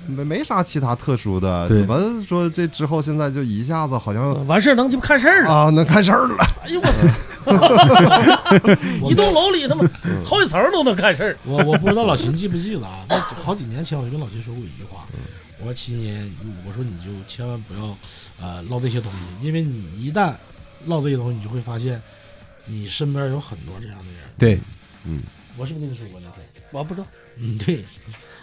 S1: 没没啥其他特殊的，
S2: 对
S1: 怎么说这之后现在就一下子好像
S5: 完事儿能鸡巴看事儿了，
S1: 啊能看事儿了？
S5: 哎呦我操，
S3: 我
S5: 一栋楼里他妈好几层都能看事儿，
S3: 我我不知道老秦记不记得啊？那好几年前我就跟老秦说过一句话，我说秦爷，我说你就千万不要呃唠这些东西，因为你一旦唠这些东西，你就会发现你身边有很多这样的人。
S2: 对，
S1: 嗯，
S3: 我是不是跟你说过那天？
S5: 我不知道，
S3: 嗯，对，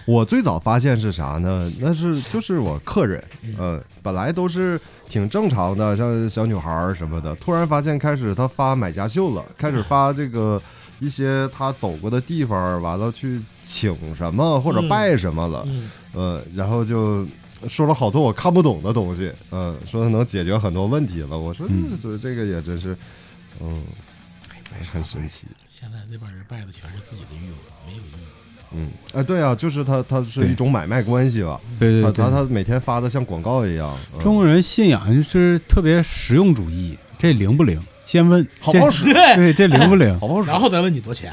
S1: 我最早发现是啥呢？那是就是我客人，呃，本来都是挺正常的，像小女孩儿什么的，突然发现开始她发买家秀了，开始发这个一些她走过的地方，完了去请什么或者
S4: 嗯
S1: 拜什么了，
S4: 嗯，
S1: 呃，然后就说了好多我看不懂的东西，嗯、说能解决很多问题了。我说
S2: 嗯
S1: 这这个也真是，嗯，很神奇。
S3: 现在那帮人拜的全是自己的欲望，没有欲 望。
S1: 嗯，哎，对啊，就是它，它是
S2: 对
S1: 一种买卖关系吧？
S2: 对
S1: 它
S2: 对对
S1: 它，它每天发的像广告一样。嗯
S2: 中国人信仰是特别实用主义，这灵不灵？先问
S1: 好不好使？
S2: 这对，这灵不灵？
S1: 好不好使？
S3: 然后再问你多 钱，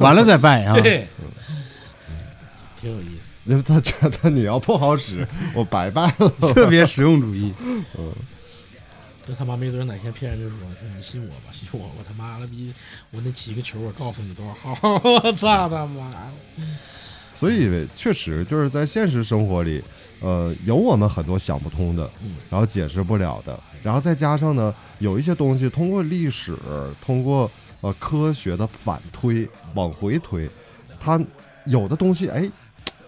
S2: 完了再拜啊！
S3: 对，挺有意思。
S1: 那 他觉得你要不好使，我白办了。
S2: 特别实用主义。
S3: 这他妈没准儿哪天骗人就说说你信我吧，信我吧，他妈了逼，我那几个球我告诉你多少号， 我操他妈！
S1: 所以确实就是在现实生活里，呃，有我们很多想不通的
S3: 嗯，
S1: 然后解释不了的，然后再加上呢，有一些东西通过历史，通过呃科学的反
S3: 嗯
S1: 推、往回推，它有的东西哎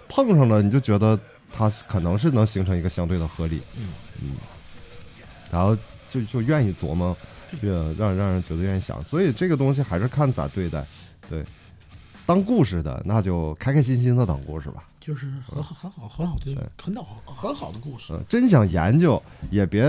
S1: 碰上了，你就觉得它可能是能形成一个相对的合理，
S3: 嗯
S1: 然后就就愿意琢磨，
S3: 嗯
S1: 越让让人觉得愿意想，所以这个东西还是看咋对待，对。当故事的，那就开开心心的当故事吧。
S3: 就是很好很好很好的很好很好的故事，
S1: 嗯，真想研究，也别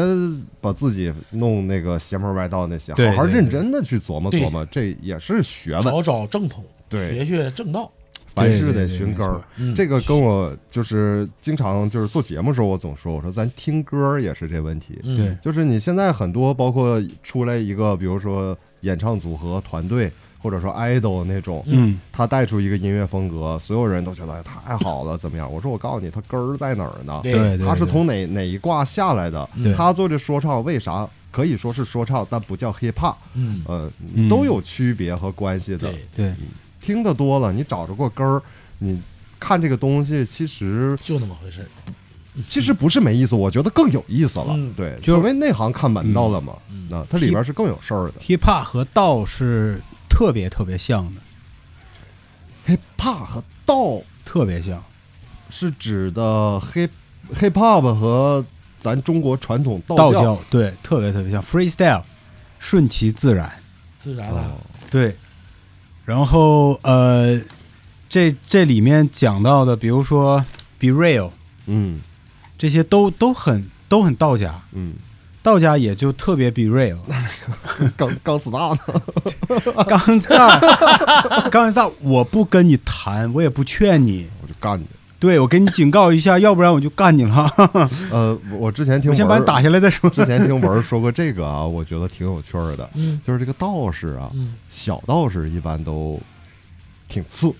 S1: 把自己弄那个邪门歪道那些，
S2: 对
S1: 好好
S2: 对
S1: 认
S2: 对
S1: 真的去琢磨
S3: 对
S1: 琢磨，这也是学问，
S3: 找找正统，
S1: 对
S3: 学学正道。
S1: 凡事
S2: 对
S1: 得
S2: 对对
S1: 寻
S2: 没
S1: 根儿
S2: 错。
S3: 嗯
S1: 这个跟我就是经常就是做节目时候，我总说，我说咱听歌儿也是这问题，
S3: 嗯
S2: 对，
S1: 就是你现在很多包括出来一个，比如说演唱组合、团队，或者说 idol 那种，
S2: 嗯，
S1: 他带出一个音乐风格，所有人都觉得哎太好了，怎么样？我说我告诉你，他根儿在哪儿呢？
S3: 对
S2: 对对，对
S1: 他是从哪哪一卦下来的
S2: 对？
S1: 他做这说唱为啥可以说是说唱，但不叫 hip hop？
S3: 嗯，
S1: 呃
S2: 嗯，
S1: 都有区别和关系的。
S3: 对，
S2: 对
S1: 听得多了，你找着过根儿，你看这个东西，其实
S3: 就那么回事儿。
S1: 其实不是没意思，我觉得更有意思了
S3: 嗯。
S1: 对，
S2: 嗯就
S1: 所谓内行看门道了嘛
S3: 嗯嗯，
S1: 那它里边是更有事儿的。
S2: ，hip hop 和道是特别特别像的，
S1: hip hop 和道
S2: 特别像。
S1: 是指的 hip hip hop 和咱中国传统
S2: 道
S1: 道
S2: 教对，特别特别像 freestyle，顺其自然。
S3: 自然
S1: 哦
S3: 啊，
S2: 对，然后呃，这这里面讲到的，比如说 be real
S1: 嗯
S2: 这些都都很都很道家，
S1: 嗯，
S2: 道家也就特别 be real。
S1: 刚刚死大的，
S2: 刚萨，刚萨，我不跟你谈，我也不劝你，
S1: 我就干你。
S2: 对我给你警告一下，要不然我就干你了。
S1: 呃，我我之前听
S2: 我先把
S1: 文
S2: 你打下来再说。
S1: 之前听文儿说过这个啊，我觉得挺有趣儿的，
S3: 嗯
S1: 就是这个道士啊，
S3: 嗯，
S1: 小道士一般都挺次，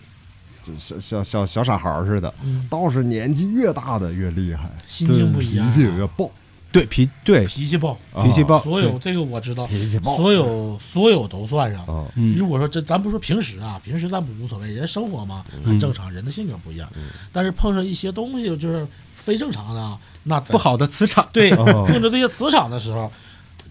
S1: 就小小小小傻孩儿似的。
S3: 嗯
S1: 道士年纪越大的越厉害，
S3: 心境不
S1: 脾
S3: 一样啊，
S1: 气越暴，
S2: 对脾对
S3: 脾气暴，
S1: 啊
S2: 脾气暴，
S3: 所有这个我知道，
S1: 脾气暴
S3: 所有所有都算上。
S1: 啊，
S2: 嗯
S3: 如果说这，咱不说平时啊，平时咱不无所谓，人生活嘛
S1: 嗯
S3: 很正常，人的性格不一样。但是碰上一些东西就是非正常的啊，那咱
S2: 不。好的磁场，
S3: 对，
S1: 哦
S3: 碰着这些磁场的时候，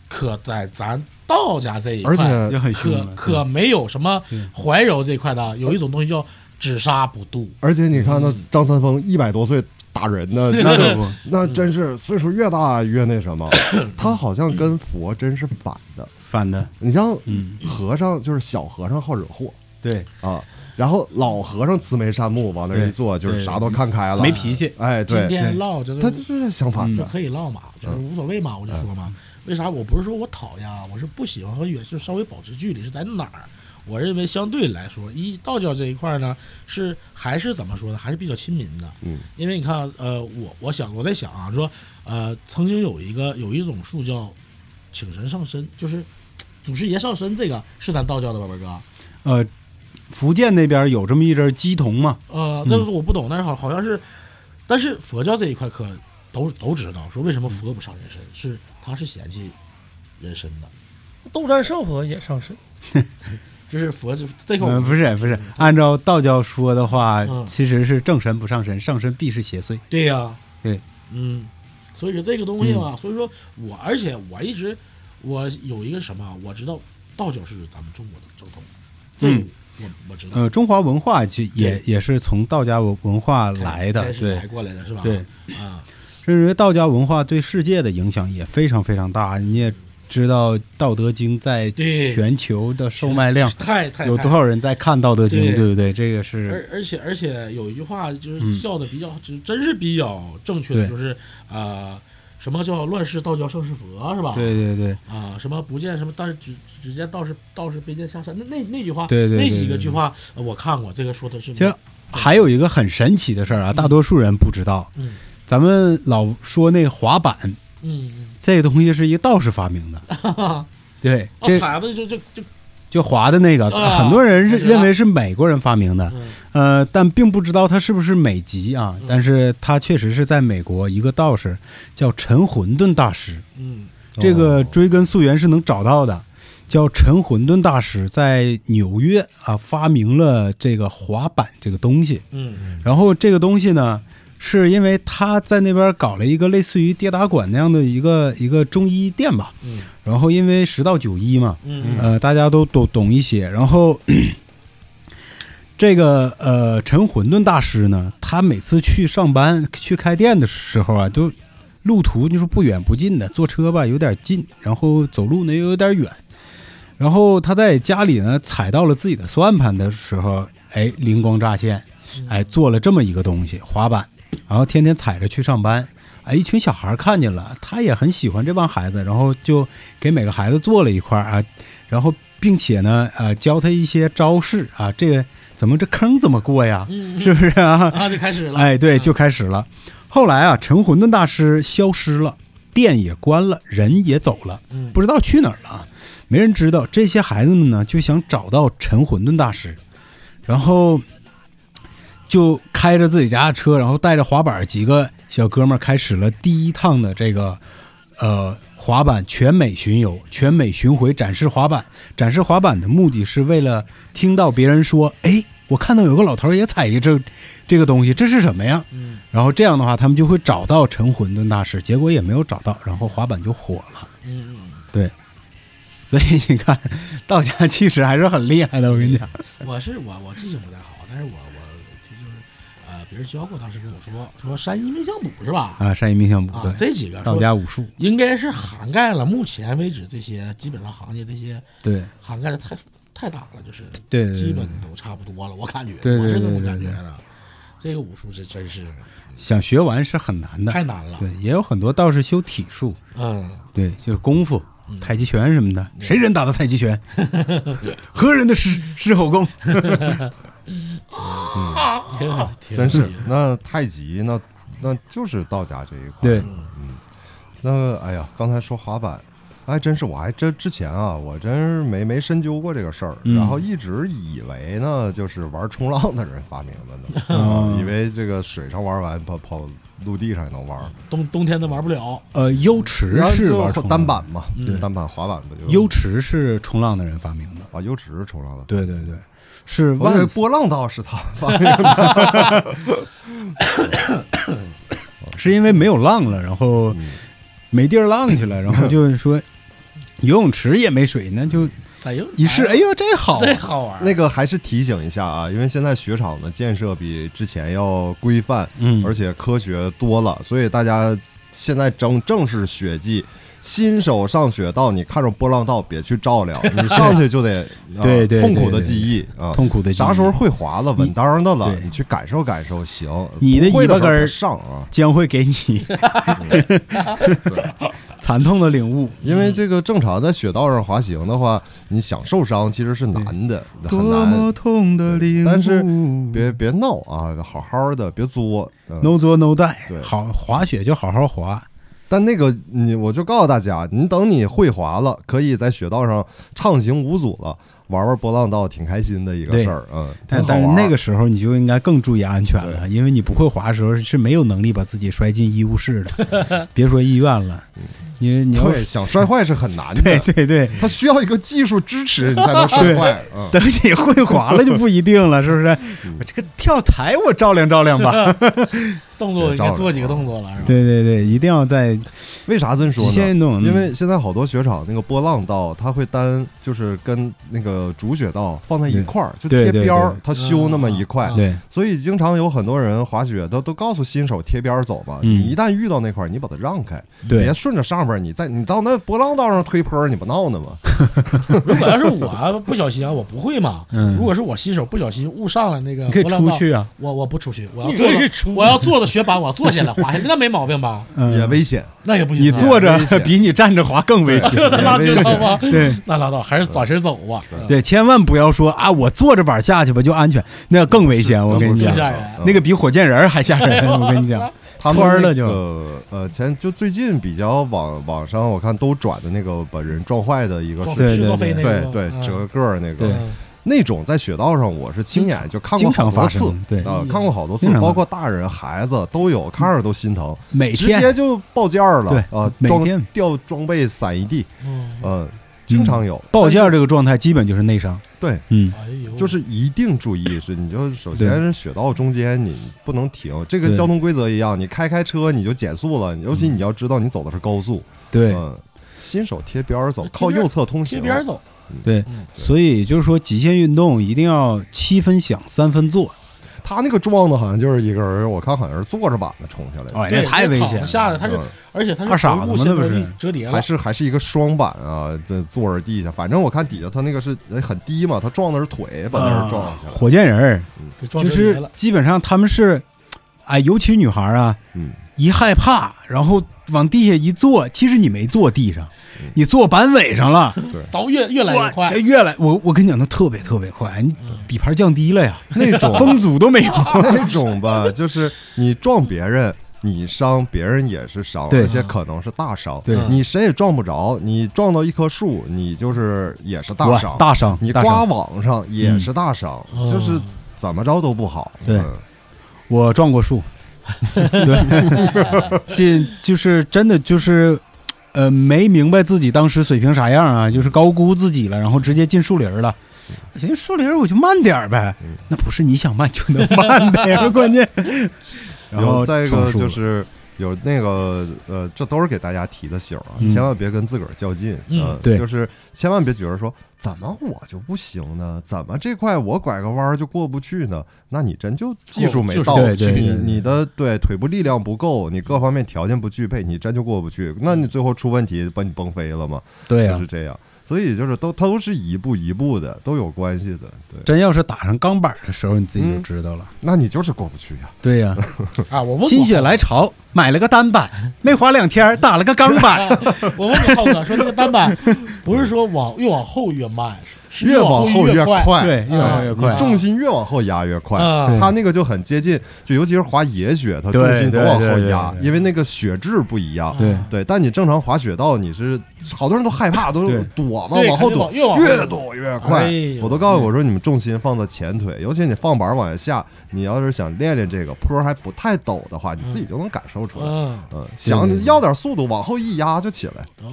S3: 可在咱道家这一块，
S1: 而且
S2: 就很凶
S3: 可
S2: 了。
S3: 可没有什么
S2: 嗯
S3: 怀柔这一块的，有一种东西叫只杀不渡。
S1: 而且你看那张三丰一百多岁打人呢，
S2: 对
S1: 真
S2: 那可
S1: 是
S2: 不，
S1: 那真是岁数越大越那什么，他好像跟佛真是反的。
S2: 反的，
S1: 你像
S2: 嗯，
S1: 和尚，就是小和尚好惹祸
S2: 对，
S1: 啊，然后老和尚慈眉善目，往那儿一坐，
S2: 对
S1: 就是啥都看开了，
S2: 没脾气，
S1: 哎，
S3: 今
S1: 对，
S3: 天唠就是
S1: 他就是嗯相反
S2: 嗯
S1: 的
S3: 就，可以唠嘛，就是无所谓嘛，我就说嘛，为啥我不是说我讨厌啊，我是不喜欢和远，就稍微保持距离是在哪儿？我认为相对来说，一道教这一块呢，是还是怎么说呢，还是比较亲民的。
S1: 嗯，
S3: 因为你看，呃，我我想我在想啊，说，呃，曾经有一个有一种术叫请神上身，就是祖师爷上身，这个是咱道教的吧，文哥？
S2: 呃，福建那边有这么一阵儿鸡童嘛，
S3: 呃，那个是我不懂，但是好好像是，但是佛教这一块可都都知道，说为什么佛不上人身，是他是嫌弃人身的，
S5: 斗战胜佛也上身，
S3: 就是佛就这块我
S2: 嗯，不是不是，按照道教说的话
S3: 哎嗯，
S2: 其实是正神不上身，上身必是邪祟。
S3: 对呀、
S2: 对，嗯
S3: 嗯，所以说这个东西嘛，所以说我而且我一直我有一个什么啊，我知道道教是咱们中国的正统，这个
S2: 嗯
S3: 我我知道，
S2: 呃，中华文化其实也也是从道家文文化嗯来的
S3: 开，始
S2: 对
S3: 来过来的是吧？
S2: 对，
S3: 啊，
S2: 甚至于道家文化对世界的影响也非常非常大。你也知道，《道德经》在
S3: 对
S2: 全球的售卖量
S3: 太太
S2: 有
S3: 太
S2: 多少人在看《道德经》，
S3: 对
S2: 对不对？这个是
S3: 而而且而且有一句话就
S2: 嗯
S3: 是叫的比较，就真是比较正确的，
S2: 对
S3: 就是呃，什么叫乱世道教盛世佛是吧？
S2: 对对对
S3: 啊，什么不见什么，但是只只见道士道士卑贱下山，那那那句话，
S2: 对对对
S3: 那几个
S2: 对
S3: 句话呃我看过，这个说的是
S2: 其实还有一个很神奇的事儿啊，大多数人不知道。
S3: 嗯
S2: 咱们老说那个滑板，
S3: 嗯嗯，
S2: 这个东西是一个道士发 明的。对，
S3: 啊
S2: 这
S3: 踩的就就就
S2: 就滑的那个，
S3: 啊
S2: 很多人
S3: 我
S2: 认
S3: 知道
S2: 认为是美国人发明的，
S3: 嗯
S2: 呃，但并不知道它是不是美籍啊
S3: 嗯。
S2: 但是它确实是在美国一个道士叫陈混沌大师，
S3: 嗯
S2: 这个
S1: 哦
S2: 追根溯源是能找到的。叫陈混沌大师在纽约啊发明了这个滑板这个东西，
S3: 嗯
S2: 然后这个东西呢，是因为他在那边搞了一个类似于跌打馆那样的一个一个中医店吧，
S3: 嗯
S2: 然后因为十到九医嘛，
S3: 嗯
S2: 呃，大家都都懂一些。然后 这个呃，陈混沌大师呢，他每次去上班、去开店的时候啊，就路途就是不远不近的，坐车吧有点近，然后走路呢又有点远。然后他在家里呢踩到了自己的算盘的时候，哎，灵光乍现，哎，做了这么一个东西滑板，然后天天踩着去上班。哎，一群小孩看见了，他也很喜欢这帮孩子，然后就给每个孩子做了一块儿啊，然后并且呢，呃，教他一些招式啊，这个怎么这坑怎么过呀？
S3: 嗯，
S2: 是不是啊？
S3: 啊，就开始了，
S2: 哎，对，
S3: 嗯
S2: 就开始了。后来啊，陈混沌大师消失了，店也关了，人也走了，
S3: 嗯
S2: 不知道去哪儿了啊，没人知道。这些孩子们呢，就想找到陈混沌大师，然后就开着自己家的车，然后带着滑板，几个小哥们儿开始了第一趟的这个呃滑板全美巡游、全美巡回展示滑板。展示滑板的目的是为了听到别人说：“哎，我看到有个老头儿也踩一这这个东西，这是什么呀？”
S3: 嗯
S2: 然后这样的话，他们就会找到陈混沌大师，结果也没有找到，然后滑板就火了。
S3: 嗯嗯。
S2: 所以你看，道家其实还是很厉害的。我跟你讲，
S3: 我是我我记性不太好，但是我我就就是呃，别人教过，当时跟我说说山医命相卜是吧？
S2: 啊，山医命相卜，
S3: 啊，
S2: 对，
S3: 这几个
S2: 道
S3: 说
S2: 家武术，
S3: 应该是涵盖了目前为止这些基本上行业这些
S2: 对，
S3: 涵盖的太太大了，就是
S2: 对对
S3: 基
S2: 对
S3: 本。都差不多了，我感觉
S2: 对对
S3: 我是这
S2: 对
S3: 么
S2: 对
S3: 感觉
S2: 对
S3: 的。这个武术是真是
S2: 想学完是很难的，
S3: 太难了，
S2: 对，也有很多道士修体术，
S3: 嗯，
S2: 对，就是功夫
S3: 嗯。
S2: 太极拳什么的，谁人打的太极拳？何人的狮狮吼功？
S3: 挺
S2: 啊
S3: 好，哎挺
S1: 真是
S3: 有意思
S1: 那太极那那就是道家这一块。
S2: 对，
S1: 那个哎呀，刚才说滑板，哎，真是我还真之前啊，我真是没没深究过这个事儿，
S2: 嗯
S1: 然后一直以为呢，就是玩冲浪的人发明的呢，
S2: 哦
S1: 以为这个水上玩完跑跑陆地上也能玩，
S3: 冬冬天都玩不了，
S2: 呃，优池
S1: 然后
S2: 是玩
S1: 就
S2: 冲浪
S1: 单板嘛
S3: 嗯，
S1: 单板滑板不就
S2: 优池是冲浪的人发明的。
S1: 啊优池是冲浪的，
S2: 对对对，是
S1: 我以为
S2: 万
S1: 波浪道是他发明的，
S2: 是因为没有浪了，然后
S1: 嗯
S2: 没地儿浪去了，然后就是说游泳池也没水，那就
S3: 哎呦，
S2: 一试，哎呦这好啊，
S3: 这好玩儿，
S1: 那个还是提醒一下啊，因为现在雪场的建设比之前要规范，
S2: 嗯
S1: 而且科学多了，所以大家现在正正是雪季，新手上雪道，你看着波浪道别去照 料，你上去就得、啊、
S2: 对对对
S1: 痛苦的记忆啊。
S2: 痛苦的
S1: 啥时候会滑了，稳当的了，
S2: 对
S1: 你去感受感受行。
S2: 你的
S1: 不会
S2: 尾巴
S1: 的时候
S2: 根儿
S1: 别上啊，
S2: 将会给你 惨痛的领悟。
S1: 因为这个正常在雪道上滑行的话，你想受伤其实是难的，很
S2: 多
S1: 难
S2: 么。痛的领悟！
S1: 但是别别闹啊，好好的，别作。嗯
S2: 嗯 no 作 no die，
S1: 对
S2: 好滑雪就好好滑。
S1: 但那个你，我就告诉大家，你等你会滑了，可以在雪道上畅行无阻了，玩玩波浪道，挺开心的一个事儿，嗯，挺
S2: 但
S1: 好
S2: 但是
S1: 玩
S2: 那个时候你就应该更注意安全了，因为你不会滑的时候是没有能力把自己摔进医务室的，别说医院了。
S1: 嗯
S2: 你你要
S1: 对想摔坏是很难的，
S2: 对对对，
S1: 它需要一个技术支持，你才能摔坏，嗯，
S2: 等 你会滑了就不一定了，是不是？我这个跳台我照亮照亮吧。
S3: 动作应该
S1: 照着
S3: 做几个
S1: 啊
S3: 动作了，是吧？
S2: 对对对，一定要在
S1: 为啥这么说
S2: 极限
S1: 呢？
S2: 运动，嗯
S1: 因为现在好多雪场那个波浪道，它会单就是跟那个主雪道放在一块儿，就
S2: 对
S1: 贴
S2: 对
S1: 边儿
S2: 对，嗯
S1: 它修那么一块
S3: 啊，
S2: 对
S1: 所以经常有很多人滑雪都都告诉新手贴边儿走嘛。
S2: 嗯
S1: 你一旦遇到那块儿，你把它让开，
S2: 对
S1: 别顺着上边儿，你在你到那波浪道上推坡儿，你不闹呢吗？
S3: 如果要是我不小心啊，我不会嘛。
S2: 嗯
S3: 如果是我新手不小心误上了那个
S2: 你可以
S3: 波浪
S2: 出
S3: 道，
S2: 去啊，
S3: 我我不出去，我
S5: 你
S3: 要坐
S5: 可以
S3: 的
S5: 出
S3: 我要坐的雪板，我坐下来滑下来，那没毛病吧？
S2: 嗯
S1: 也危险。
S3: 那也不行
S2: 你
S3: 啊，
S2: 坐着
S1: 危险
S2: 比你站着滑更危险。
S3: 那拉
S1: 也
S3: 筋
S1: 危
S3: 道
S1: 险
S3: 吗？
S2: 对
S3: 那拉倒，还是早些走吧。
S2: 对，千万不要说啊，我坐着板下去吧，就安全，那更危险。我跟你
S3: 是
S2: 讲
S3: 这，样啊
S2: 那个比火箭人儿还吓 人。我跟你讲，
S1: 嗯他们
S2: 村儿了
S1: 那个呃，前就最近比较网网上我看都转的那个把人撞坏的一个
S3: 坐
S1: 视频，
S2: 对
S3: 是坐
S2: 对
S3: 飞那个
S1: 对
S3: 吗
S1: 对
S3: 嗯，
S1: 折个儿那
S2: 对
S1: 个，那种在雪道上我是亲眼就看过
S2: 经
S1: 好
S2: 常发
S1: 多次
S2: 生。对，
S1: 啊，看过好多次
S2: 经，常
S1: 包括大人孩子都有，看着都心疼，
S2: 每
S1: 直接
S2: 天
S1: 就报价了
S2: 对
S1: 啊，
S2: 每
S1: 装
S2: 天
S1: 掉装备散一地，
S4: 嗯，
S1: 嗯，经常有
S2: 报价这个状态基本就是内伤。
S1: 对，
S2: 嗯，
S3: 哎呦，
S1: 就是一定注意，是你就首先
S2: 对
S1: 是雪道中间你不能停，这
S2: 对嗯
S1: 个交通规则一样，你开开车你就减速了，尤其你要知道你走的是高速，
S2: 对
S1: 嗯，新手贴边儿走，
S3: 贴
S1: 靠
S3: 边儿
S1: 右侧通
S3: 贴
S1: 行，
S3: 边儿走，
S2: 对
S3: 嗯，
S2: 所以就是说极限运动一定要七分想，三分做。
S1: 他那个撞的好像就是一个人，我看好像是坐着板子冲下来的，
S2: 哎，
S3: 对
S2: 那太危险
S3: 躺
S2: 了。
S3: 下来，他是
S1: 嗯
S3: 而且他是
S2: 二傻子
S3: 头
S2: 吗
S3: 部先
S2: 那不是
S3: 着地折叠
S1: 还
S3: 了，
S1: 是还是一个双板啊，这坐着地下，反正我看底下他那个是哎很低嘛，他撞的是腿，把那
S2: 啊
S1: 儿撞下去了，
S2: 火箭人儿，
S3: 给撞
S2: 就
S3: 折叠
S2: 是
S3: 了。
S2: 基本上他们是，哎，尤其女孩儿啊，
S1: 嗯，
S2: 一害怕，然后往地下一坐，其实你没坐地上
S1: 嗯，
S2: 你坐板尾上了，
S3: 倒越越来越
S2: 哇
S3: 快
S2: 这，越来我我跟你讲，它特别特别快，你
S3: 嗯
S2: 底盘降低了呀，
S1: 那种啊
S2: 风阻都没有。
S1: 那种吧，就是你撞别人，你伤别人也是伤，
S2: 对
S1: 而且可能是大伤。
S2: 对
S1: 你谁也撞不着，你撞到一棵树，你就是也是大
S2: 哇
S1: 伤；
S2: 大伤，
S1: 你
S2: 大
S1: 刮
S2: 伤。
S1: 网上也是大伤，
S3: 嗯
S1: 就是怎么着都不好。
S2: 对
S1: 嗯
S2: 我撞 过树，对，这就是真的就是，呃，没明白自己当时水平啥样啊，就是高估自己了，然后直接进树林了。我寻思树林我就慢点儿呗
S1: 嗯，
S2: 那不是你想慢就能慢 的呀，关键。然后
S1: 有再一
S2: 撞
S1: 个
S2: 树了
S1: 就是有那个呃，这都是给大家提的醒儿啊，
S2: 嗯
S1: 千万别跟自个儿较劲。
S3: 嗯
S1: 呃
S2: 对
S1: 就是千万别觉得说怎么我就不行呢？怎么这块我拐个弯儿就过不去呢？那你真就技术没到，
S2: 过不去对对
S1: 你
S2: 对对
S1: 你的对腿部力量不够，你各方面条件不具备，你真就过不去。那你最后出问题把你崩飞了嘛？
S2: 对啊呀、
S1: 就是这样。所以就是都都是一步一步的，都有关系的。对，
S2: 真要是打上钢板儿的时候，你自己就
S1: 嗯
S2: 知道了。
S1: 那你就是过不去呀、
S2: 对呀、
S3: 啊！我问过
S2: 心血来潮买了个单板，没滑两天儿打了个钢 板，
S3: 啊我问过浩哥说，那个单板不是说往越往后越慢，是
S1: 越
S3: 往
S1: 往后
S3: 越
S1: 越
S3: 快。
S1: 快，
S2: 对，越来越快
S3: 啊。
S1: 重心越往后压越快。
S3: 啊
S2: 对
S1: 它那个就很接近，就尤其是滑野雪，它
S2: 对
S1: 重心都往后压
S2: 对对对，对
S1: 因为那个雪质不一样。
S2: 对
S1: 对，但你正常滑雪道，你是好多人都害怕，都
S2: 对
S1: 躲嘛，
S3: 对
S1: 往后
S3: 肯定
S1: 躲，
S3: 往越往后
S1: 越躲越快
S3: 哎。呦
S1: 我都告诉我说，你们重心放在前腿，尤其你放板往下下，你要是想练练这个坡还不太陡的话，你自己就能感受出来。
S3: 嗯，
S1: 嗯，想
S2: 对对
S1: 要点速度，往后一压就起来。
S3: 哦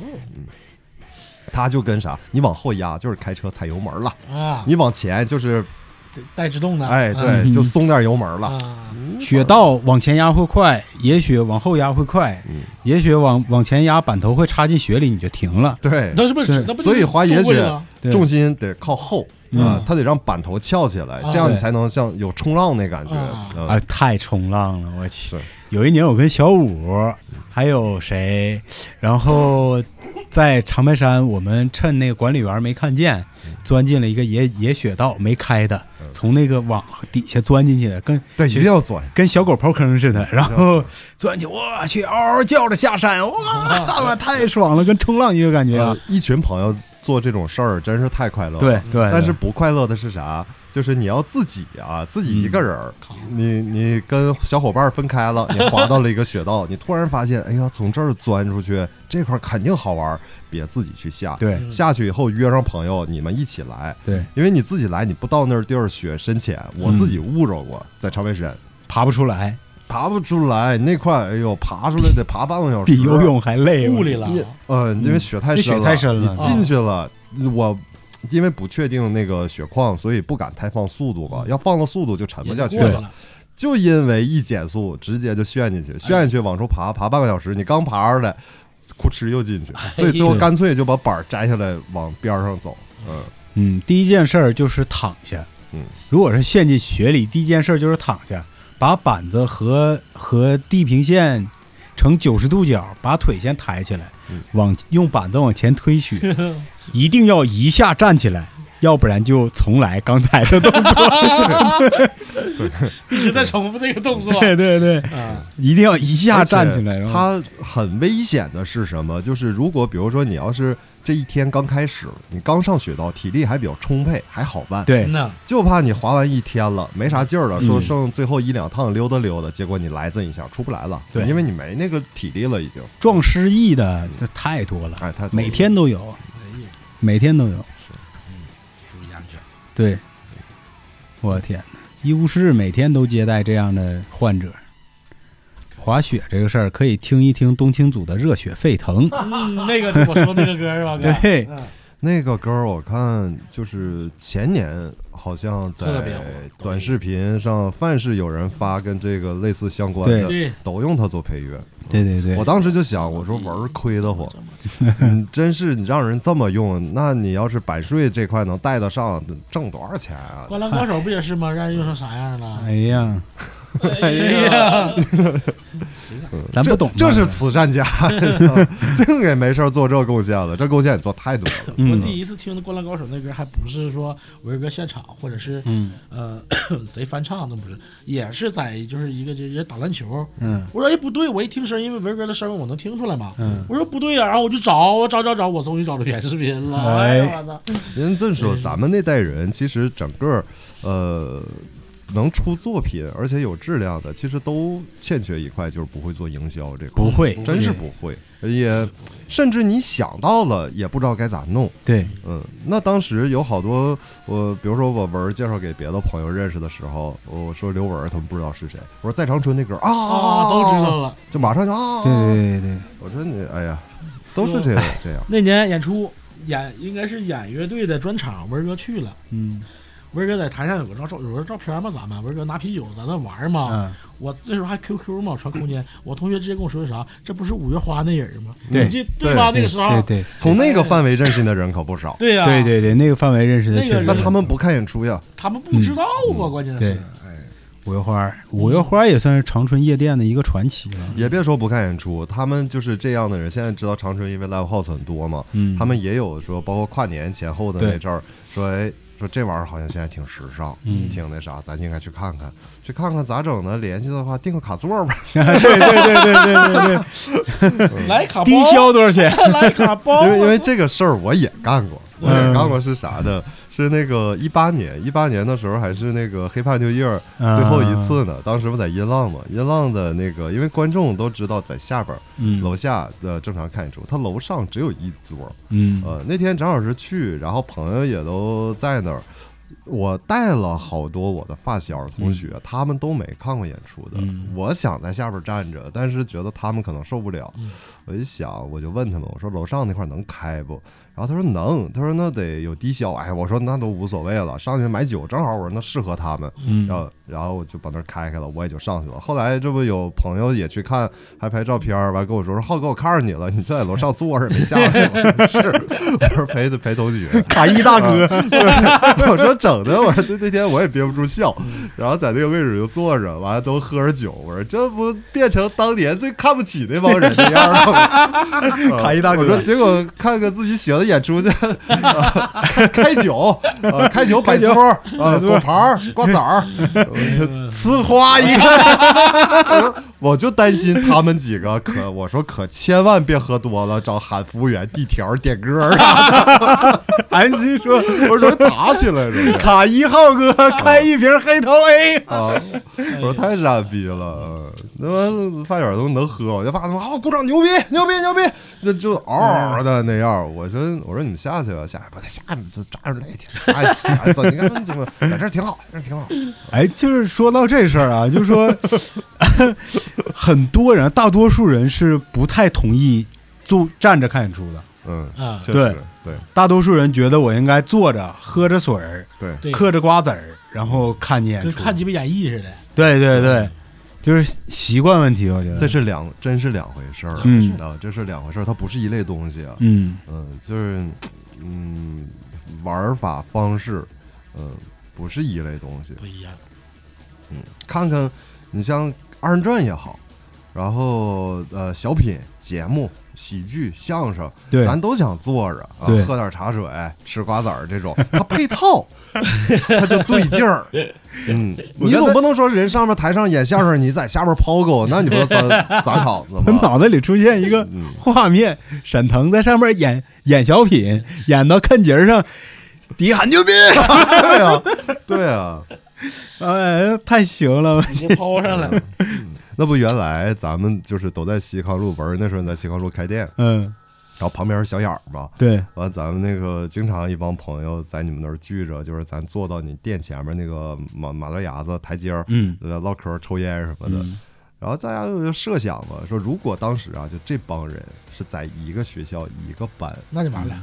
S1: 它就跟啥，你往后压就是开车踩油门了，
S3: 啊，
S1: 你往前就是
S3: 带制动的，
S1: 哎，
S3: 嗯
S1: 对，就松点油门了。
S3: 啊，
S2: 雪道往前压会快，野雪往后压会快，
S1: 嗯
S2: 野雪往往前压，板头会插进雪里，你就停了。
S1: 对，
S3: 那是不是
S2: 对
S3: 那不
S1: 所以滑野
S3: 中规
S1: 雪
S3: 吗
S2: 对
S1: 重心得靠后
S2: 嗯
S1: 啊，它得让板头翘起来
S3: 啊，
S1: 这样你
S2: 对
S1: 才能像有冲浪那感觉
S3: 啊
S2: 啊，
S1: 啊。
S2: 太冲浪了，我去
S1: 是！
S2: 有一年我跟小五还有谁，然后在长白山，我们趁那个管理员没看见，钻进了一个野野雪道，没开的，
S1: 嗯
S2: 从那个网底下钻进去的，跟
S1: 对，一定要钻，
S2: 跟小狗刨坑似的，然
S1: 嗯
S2: 后钻进去，我去，嗷嗷叫着下山，
S1: 嗯
S2: 哇，太爽了，跟冲浪一个感觉啊
S1: 呃！一群朋友做这种事儿真是太快乐了。
S2: 对，对，
S1: 但是
S2: 对
S1: 不快乐的是啥？就是你要自己啊，自己一
S2: 嗯
S1: 个人儿，你你跟小伙伴分开了，你滑到了一个雪道，你突然发现，哎呀，从这儿钻出去，这块儿肯定好玩儿，别自己去下。
S2: 对
S1: 下去以后约上朋友，你们一起来，
S2: 对，
S1: 因为你自己来，你不到那儿地儿雪深浅，我
S2: 嗯
S1: 自己误着过，在长白山。
S2: 爬不出来，
S1: 爬不出来，那块哎呦，爬出来得爬半个小时，
S2: 比游。泳还累。
S3: 雾里了，
S1: 呃，因为雪太深了，
S2: 嗯那雪太深了啊
S1: 你进去了，我嗯因为不确定那个雪况，所以不敢太放速度嘛。要放了速度就沉不下去哎
S3: 过去了，
S1: 就因为一减速，直接就陷进去，陷进去往出爬，爬半个小时，你刚爬上来，哭哧又进去，所以最后干脆就把板儿摘下来往边儿上走。嗯，
S2: 嗯，第一件事儿就是躺下。
S1: 嗯，
S2: 如果是陷进雪里，第一件事儿就是躺下，把板子和和地平线成九十度角，把腿先抬起来
S1: 嗯，
S2: 往用板子往前 推雪，一定要一下站起来，要不然就重来刚才的动 作。
S4: 一直在重复这个动作
S2: 对对对，
S4: 啊，
S2: 一定要一下站起来。然后
S1: 它很危险的是什么？就是如果比如说你要是这一天刚开始，你刚上雪道，体力还比较充沛，还好办。
S2: 对，
S4: 那。
S1: 就怕你滑完一天了，没啥劲儿了，说
S2: 嗯
S1: 剩最后一两趟溜达溜达，结果你来这一下出不来了，
S2: 对
S1: 因为你没那个体力了，已经。
S2: 撞失忆的这太多了，
S1: 哎，太
S2: 每天都有，每天都有。
S3: 注意安全。
S2: 对，我天哪！医务室每天都接待这样的患者。滑雪这个事儿，可以听一听东青组的《热血沸腾》
S4: 嗯，那个我说那个歌是吧？
S3: 啊
S4: 哥，
S2: 对
S4: 嗯
S1: 那个歌儿，我看就是前年好像在
S3: 特别火
S1: 短视频上，凡是有人发跟这个类似相关
S2: 对
S1: 的，
S4: 对，
S1: 都用它做配乐。
S2: 对对对
S1: 我，当时就想，我说玩儿亏得慌， 嗯，真是你让人这么用，那你要是版税这块能带得上，挣多少钱啊？
S4: 灌篮高手不也是吗？让人用成啥样了？
S2: 哎呀，
S4: 哎呀，
S2: 咱不懂嘛，
S1: 这是慈善 家，净给没事儿做这贡献了，这贡献也做太多了。
S2: 嗯
S4: 我第一次听的《灌篮高手》那歌，还不是说文哥现场，或者是
S2: 嗯
S4: 呃 谁翻唱，那不是，也是在就是一个就是人打篮球。
S2: 嗯
S4: 我说哎不对，我一听声，因为文哥的声我能听出来嘛。
S2: 嗯，
S4: 我说不对呀、啊然后我就找，我找找找，我终于找到原视频了。哎
S2: 哎
S4: 呀，我操！
S1: 您这么说，咱们那代人其实整个，呃，能出作品而且有质量的，其实都欠缺一块，就是不会做营销这块，
S2: 不会，
S1: 真是不会，也甚至你想到了也不知道该咋弄。
S2: 对，
S1: 嗯，那当时有好多我，比如说我文儿介绍给别的朋友认识的时候，我说刘文儿，他们不知道是谁，我说在长春那歌儿啊，
S4: 啊，都知道，了。
S1: 就马上就啊，
S2: 对对对对，
S1: 我说你哎呀，都是这样这样，
S4: 那年演出演应该是演乐队的专场，文哥去了。
S2: 嗯
S4: 文哥在台上有个照照有个照片嘛，咱们文哥拿啤酒在那玩
S3: 哦
S4: 嘛。
S2: 啊，
S4: 我那时候还 QQ 嘛，传空间。我同学直接跟我说的啥？这不是五月花那人吗？
S2: 对
S4: 你记对吧？那个时候，
S2: 对对
S1: 嗯从那个范围认识的人可不少，
S4: 对
S3: 啊
S4: 呀、
S2: 对对对，那个范围认识的
S4: 那个
S2: 确实
S4: 人
S1: 那
S2: 多，
S1: 他们不看演出呀？
S4: 他们不知道啊，关 键是
S2: 嗯对，五月花儿，五月花儿也算是长春夜店的一个传奇啊了。
S1: 也别说不看演出，他们就是这样的人。现在知道长春因为 live house 很多嘛，
S2: 嗯，
S1: 他们也有说，包括跨年前后的那
S2: 对
S1: 阵儿，说哎，说这玩意儿好像现在挺时尚，
S2: 嗯
S1: 挺那啥，咱应该去看看，去看看咋整呢？联系的话订个卡座吧。
S2: 对对对对对对对，
S4: 来卡包，
S2: 嗯低消多少钱？
S4: 来卡包，啊
S1: 因为因为这个事儿我也干过，我也
S2: 哦嗯
S1: 干过是啥的？是那个一八年，一八年的时候还是那个黑怕 New Year
S2: 啊
S1: 最后一次呢。当时不在音浪嘛，音浪的那个，因为观众都知道在下边儿
S2: 嗯
S1: 楼下的正常看演出，他楼上只有一桌。
S2: 嗯
S1: 呃，那天正好是去，然后朋友也都在那儿，我带了好多我的发小同学，他们都没看过演出的。
S2: 嗯
S1: 我想在下边站着，但是觉得他们可能受不了。
S2: 嗯
S1: 我一想，我就问他们，我说楼上那块能开不？然后他说能，他说那得有低消。哎，我说那都无所谓了，上去买酒，正好我说那适合他们。
S2: 嗯
S1: 然后，然后我就把那儿开开了，我也就上去了。后来这不有朋友也去看，还拍照片儿，完跟我说说浩哥，我看上你了，你就在楼上坐着，没下来。我说 是，我说陪陪同学，
S2: 卡一大哥，
S1: 我说整的，我说那天我也憋不住笑，然后在那个位置就坐着，完了都喝着酒，我说这不变成当年最看不起那帮人的样了吗？
S2: 卡一大哥
S1: 我说结果看个自己喜欢的演 出去，啊开开酒，啊开酒摆桌，嗯啊果盘儿瓜子儿，
S2: 呲花一个，
S1: 我就担心他们几个可，我说可千万别喝多了，找喊服务员递条儿点歌儿啊，
S2: 安心说
S1: 我说打起来 了。
S2: 卡一号哥开哎一瓶黑桃 A，
S1: 啊！我说太傻逼了，那么发小都能喝，我就怕他们好鼓掌牛逼牛逼牛逼，就就嗷嗷的那样。我说我说你们下去吧，下去吧，下面这扎着累挺，哎， 闲着你看怎么在这儿挺好，在这儿挺好。
S2: 哎，就是说到这事儿啊，就是说 很多人，大多数人是不太同意坐站着看演出的，
S1: 嗯，
S4: 啊，
S1: 确
S2: 对
S1: 实对
S2: 大多数人觉得我应该坐着喝着水儿，
S1: 对
S4: 对，
S2: 嗑着瓜子儿，然后看见演
S4: 跟
S2: 出，
S4: 看鸡巴演绎似的。
S2: 对对对，就是习惯问题，我觉
S1: 这
S2: 得。
S1: 是两，真是两回事儿，
S2: 嗯
S1: 啊，这是两回事儿，它不是一类东西啊，
S2: 嗯，
S1: 嗯，就是嗯，玩法方式，嗯，不是一类东西，
S3: 不一样。
S1: 嗯，看看你像二人转也好，然后呃小品、节目、喜剧、相声，
S2: 对，
S1: 咱都想坐着啊
S2: 对，
S1: 喝点茶水、吃瓜子儿这种，它配套， 它就对劲 儿。嗯，
S2: 我
S1: 你
S2: 觉得
S1: 总不能说人上面台上演相声，你在下边抛狗，那你不砸 砸场子
S2: 我
S1: 吗？
S2: 脑袋里出现一个
S1: 嗯，
S2: 画面，沈腾在上面演演小品，演到看节儿上，迪喊牛逼，
S1: 对啊，对啊。
S2: 哎，太行了，
S4: 你就抛上来了。
S1: 那不原来咱们就是都在西康路玩儿，那时候在西康路开店，
S2: 嗯，
S1: 然后旁边是小眼儿嘛，
S2: 对，
S1: 完，咱们那个经常一帮朋友在你们那儿聚着，就是咱坐到你店前面那个马马路牙子台阶儿，
S2: 嗯，
S1: 呃唠嗑儿、抽烟什么的。
S2: 嗯
S1: 然后大家就设想嘛，说如果当时啊，就这帮人是在一个学校一个班，
S3: 那就完了，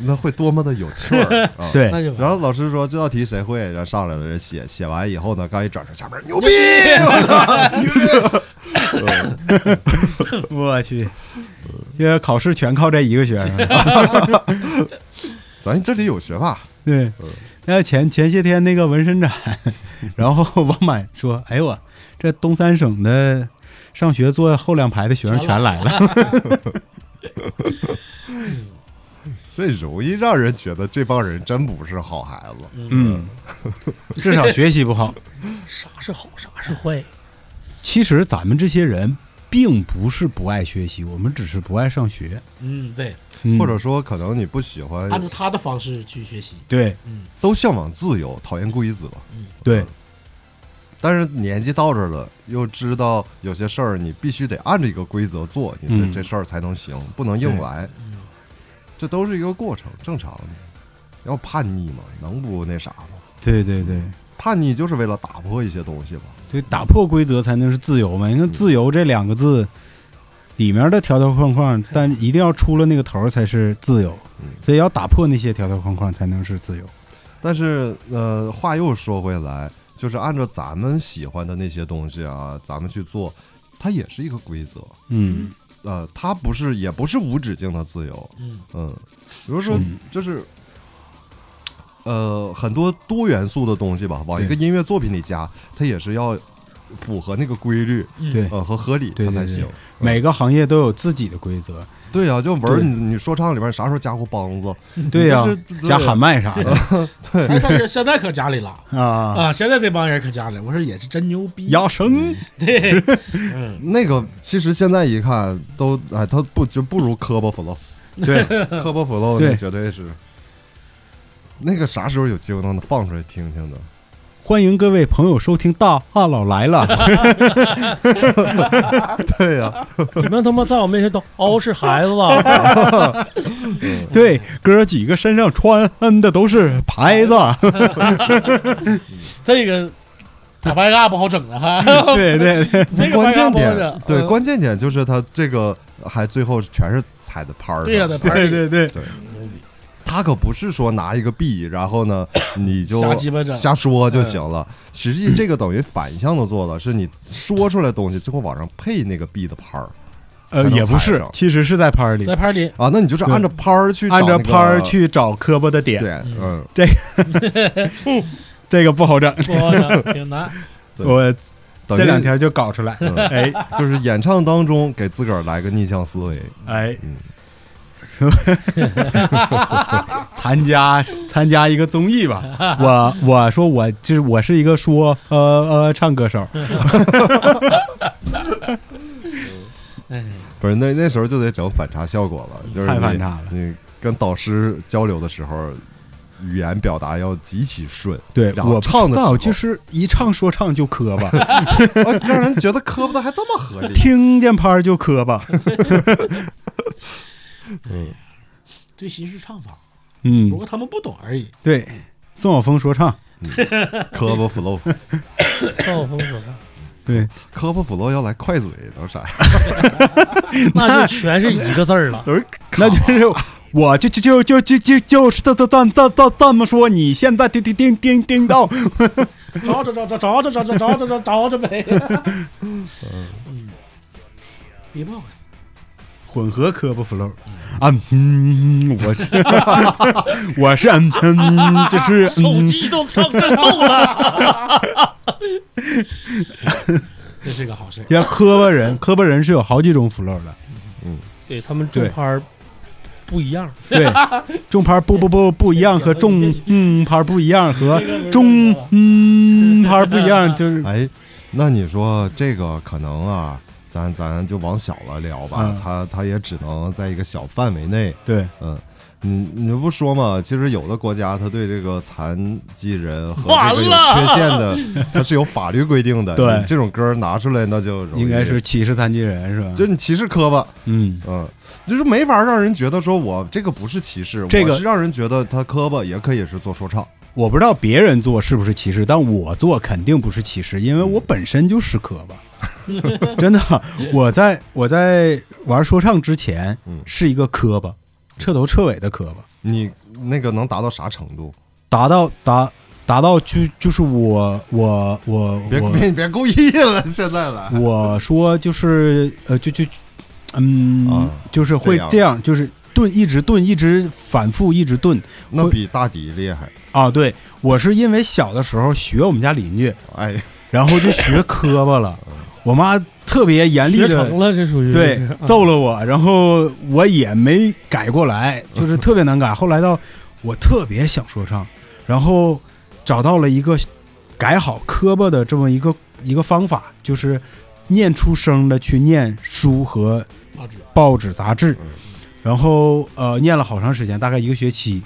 S1: 那会多么的有趣 儿啊！。
S2: 对，
S3: 那就完
S1: 然
S3: 了。
S1: 后老师说这道题谁会，然后上来了人写，写完以后呢，刚一转身，下面 牛逼，
S2: 我去，现在考试全靠这一个学生。
S1: 咱这里有学霸，
S2: 对
S1: 嗯，
S2: 那前前些天那个纹身展，然后王满说：“哎呦我，这东三省的上学坐后两排的学生全来了。
S1: 所以容易让人觉得这帮人真不是好孩子。”
S2: 嗯，至少学习不好。
S5: 啥是好，啥是坏？
S2: 其实咱们这些人并不是不爱学习，我们只是不爱上学，
S3: 嗯，对，
S2: 嗯
S1: 或者说可能你不喜欢
S3: 按照他的方式去学习。
S2: 对
S3: 嗯，
S1: 都向往自由，讨厌规则。
S2: 对
S1: 但是年纪到这儿了，又知道有些事儿你必须得按着一个规则做，你这
S2: 嗯
S1: 这事儿才能行，不能硬来。
S3: 嗯
S1: 这都是一个过程，正常的。要叛逆嘛，能不那啥吗？
S2: 对对对
S1: 叛逆就是为了打破一些东西吧。
S2: 对，打破规则才能是自由嘛。你看“自由”这两个字里面的条条框框，但一定要出了那个头儿才是自由
S1: 嗯，
S2: 所以要打破那些条条框框才能是自由。
S1: 但是呃，话又说回来，就是按照咱们喜欢的那些东西啊，咱们去做，它也是一个规则。
S2: 嗯
S1: 呃，它不是，也不是无止境的自由。
S3: 嗯，
S1: 嗯，比如说
S2: 嗯
S1: 就是，呃，很多多元素的东西吧，往一个音乐作品里加，它也是要符合那个规律，
S2: 对，
S1: 呃，和合理，
S2: 嗯对
S1: 它
S2: 对
S1: 才
S2: 对
S1: 行。
S2: 每个行业都有自己的规则，
S1: 对啊，就文儿
S2: 对
S1: 你你说唱里边啥时候加过梆子？
S2: 对呀
S1: 你就是，
S2: 加喊麦啥的
S3: 哎但是现在可家里了
S2: 啊，
S3: 啊，现在这帮人可家里了，我说也是真牛逼。
S2: 压声，
S3: 对，嗯，
S1: 那个其实现在一看都哎，它不就不如科波弗洛，
S2: 对，
S1: 科波弗洛那
S2: 对
S1: 绝对是。那个啥时候有机会能放出来听听的？
S2: 欢迎各位朋友收听《大话老来 了》。
S1: 对呀、
S5: 你们他妈在我面前都嗷是孩子了，
S1: 嗯
S2: 对，哥几个身上穿的都是牌子，
S1: 哦
S3: 这个打白尬不好整的哈。
S2: 对 对对，
S3: 这个
S1: 关键
S3: 白嘎包
S1: 点
S3: 子
S1: 对，
S3: 嗯
S1: 关键点就是它这个还最后全是踩的拍儿。
S3: 对呀，在牌
S2: 对
S3: 里
S2: 对对，
S1: 他可不是说拿一个币，然后 呢，你就
S3: 瞎鸡巴嗯整。
S1: 瞎说就行了。实际这个等于反向的做的，是你说出来的东西，最后往上配那个币的拍儿
S2: 呃，
S1: 才能
S2: 也不
S1: 踩
S2: 是
S1: 上，
S2: 其实是在拍儿里
S3: 在，牌里，
S1: 啊。那你就是按照拍儿去找
S2: 按照
S1: 那个
S2: 拍儿去找磕巴的点，
S1: 点，嗯，
S2: 这个不好整，
S4: 说的挺难，
S1: 对
S2: 我
S1: 等于
S2: 这两天就搞 出来，
S1: 嗯
S2: 哎
S1: 就是演唱当中给自个儿来个逆向思维，
S2: 哎
S1: 嗯，
S2: 参加参加一个综艺吧，我我说我就是我是一个说呃呃唱歌手，
S1: 不是那那时候就得整反差效果了，就是
S2: 太反
S1: 你
S2: 差了，
S1: 你跟导师交流的时候，语言表达要极其顺，
S2: 对
S1: 然后
S2: 我
S1: 唱的时候
S2: 到就是一唱说唱就磕巴，
S1: 啊让人觉得磕巴的还这么合理。
S2: 听见拍儿就磕巴，
S3: 最新式唱法，
S2: 嗯
S3: 不，过他们不懂而已。
S2: 对，宋晓峰说唱，
S1: 科波弗洛，
S5: 算我封锁了。
S2: 对，
S1: 科波弗洛要来快嘴，都啥呀？
S5: 那就全是一个字儿了。
S2: 那就是我就就就就就就就是这这这这这这么说，你现在叮叮叮叮叮到，
S3: 找找找找找找找找找找找找呗。嗯，B-box，
S2: 混合磕巴 flow 啊，嗯，我是我是嗯，嗯就是
S4: 手
S2: 嗯
S4: 机都唱震动了。
S3: 这是个好事儿。
S2: 要磕巴人，磕巴人是有好几种 flow 的，
S5: 对他们中
S2: 对
S5: 拍儿不一样，
S2: 对， 重拍不不不不一样和重嗯拍不一样和中嗯拍不一样，就是
S1: 哎，那你说这个可能啊，咱咱就往小了聊吧
S2: 嗯，
S1: 他他也只能在一个小范围内，
S2: 对
S1: 嗯。你你不说嘛？其实有的国家它对这个残疾人和
S4: 完
S1: 这个有
S4: 了
S1: 缺陷的，它是有法律规定的。
S2: 对
S1: 你这种歌拿出来那就容易
S2: 应该是歧视残疾人是吧？
S1: 就你歧视磕巴，
S2: 嗯，
S1: 嗯，就是没法让人觉得说我这个不是歧视，
S2: 这个
S1: 我是让人觉得他磕巴也可以是做说唱。
S2: 我不知道别人做是不是歧视，但我做肯定不是歧视，因为我本身就是磕 巴。真的，我在我在玩说唱之前
S1: 嗯
S2: 是一个磕巴，彻头彻尾的磕巴，
S1: 你那个能达到啥程度？
S2: 达到达达到就就是我我我
S1: 别
S2: 我
S1: 别别故意了，现在来。
S2: 我说就是呃就就嗯、
S1: 啊
S2: 就是会
S1: 这样
S2: 这样，就是顿一直顿一直反复一直顿
S1: 那比大迪厉害。
S2: 啊。对我是因为小的时候学我们家邻居，
S1: 哎，
S2: 然后就学磕巴了。我妈特别严厉
S5: 学
S2: 的
S5: 成了，这属于
S2: 对嗯
S5: 是啊
S2: 揍了我，然后我也没改过 来，就是特别难改。后来到我特别想说唱，然后找到了一个改好磕巴的这么一个一个方法，就是念出声的去念书和
S3: 报纸
S2: 报纸杂志，然后呃念了好长时间，大概一个学期，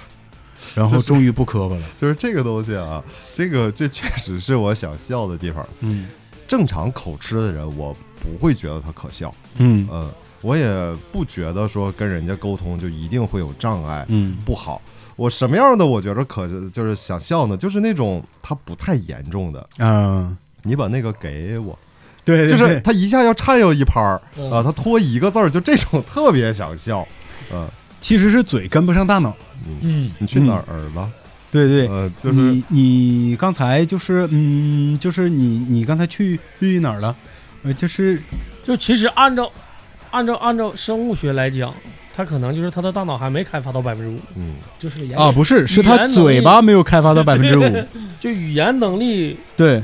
S2: 然后
S1: 这是
S2: 终于不磕巴了。
S1: 就是这个东西啊，这个这确实是我想笑的地方。
S2: 嗯
S1: 正常口吃的人，我不会觉得他可笑，
S2: 嗯
S1: 嗯，我也不觉得说跟人家沟通就一定会有障碍，
S2: 嗯
S1: 不好。我什么样的我觉得可就是想笑呢？就是那种他不太严重的，
S2: 嗯、啊
S1: 你把那个给我，
S2: 对，
S1: 就
S2: 对
S1: 是
S2: 对
S1: 他一下要颤悠一拍儿
S3: 嗯
S1: 啊，他拖一个字儿，就这种特别想笑。嗯，
S2: 其实是嘴跟不上大脑。
S3: 嗯，
S1: 你去哪儿了？
S2: 对对，
S1: 呃，就是
S2: 你你刚才就是嗯，就是你你刚才去去哪儿了？呃，就是
S5: 就其实按照按照按照生物学来讲，他可能就是他的大脑还没开发到百分之五，
S1: 嗯，
S3: 就是个演
S2: 啊，不是，是
S5: 语
S2: 他
S5: 言能力
S2: 嘴巴没有开发到百分之五，
S5: 就语言能力
S2: 对，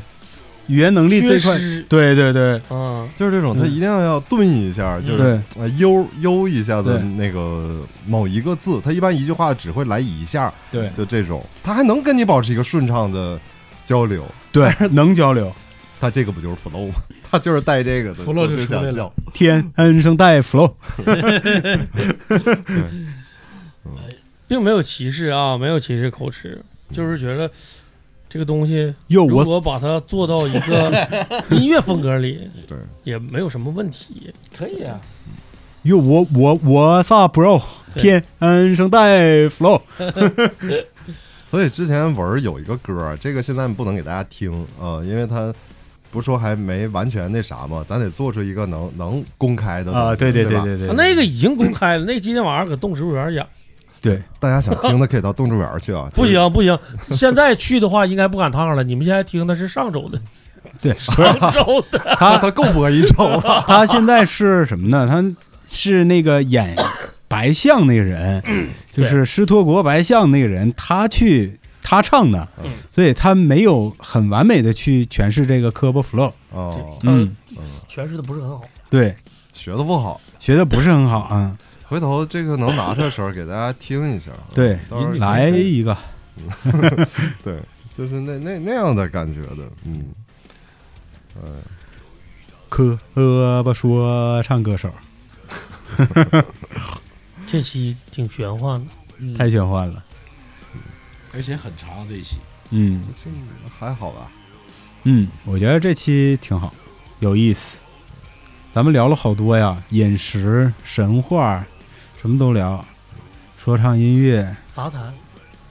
S2: 语言能力这
S5: 缺
S2: 块，
S5: 失
S2: 对对对
S5: 啊，
S1: 就是这种，他
S2: 嗯
S1: 一定要顿一下，就是
S2: 对，
S1: 呃悠悠一下的
S2: 对
S1: 那个某一个字，他一般一句话只会来一下，
S2: 对
S1: 就这种，他还能跟你保持一个顺畅的交流，
S2: 对，能交流。
S1: 他这个不就是 flow 吗？ 他就是带这个的
S3: flow
S1: 就
S3: 就出来
S1: 想
S3: 了
S1: 笑，
S2: 天恩生带 flow，
S5: 并没有歧视啊，没有歧视口吃，就是觉得这个东西
S2: 哟，
S5: 如
S2: 我
S5: 果把它做到一个音乐风格里，
S1: 对，
S5: 也没有什么问题。
S3: 可以啊，
S2: 哟，我我我萨 bro，
S5: 对
S2: 天恩生带 flow，
S1: 所以之前文儿有一个歌儿，这个现在不能给大家听，呃，因为他不是说还没完全那啥嘛，咱得做出一个能能公开的
S2: 啊，
S1: 对
S2: 对
S1: 对
S2: 对对
S1: 吧，
S2: 对对，
S5: 那个已经公开了，那今天晚上搁动植物园演，
S2: 对
S1: 大家想听的可以到动物园儿去 啊，
S5: 不行不行，现在去的话应该不赶趟了。你们现在听的是上周的，
S2: 对，
S5: 上周的。
S1: 他他够播一周啊，
S2: 他现在是什么呢？他是那个演白象那个人，就是施托国白象那个人，他去他唱的，所以他没有很完美的去诠释这个科波 flow。
S1: 哦，
S2: 嗯，
S4: 诠释的不是很好。
S2: 对，
S1: 学的不好，
S2: 学的不是很好啊。
S1: 回头这个能拿出来的时候给大家听 一下，
S2: 对，
S1: 到时候
S2: 来一个，
S1: 对，就是那那那样的感觉的，嗯，
S2: 科科巴说唱歌手
S5: 这期挺玄幻的，
S3: 嗯，
S2: 太玄幻了。
S3: 而且很
S4: 啊
S3: 长这一期，
S2: 嗯
S1: 这还好吧，
S2: 嗯，我觉得这期挺好，有意思。咱们聊了好多呀，饮食、神话，什么都聊，说唱音乐。
S5: 杂谈。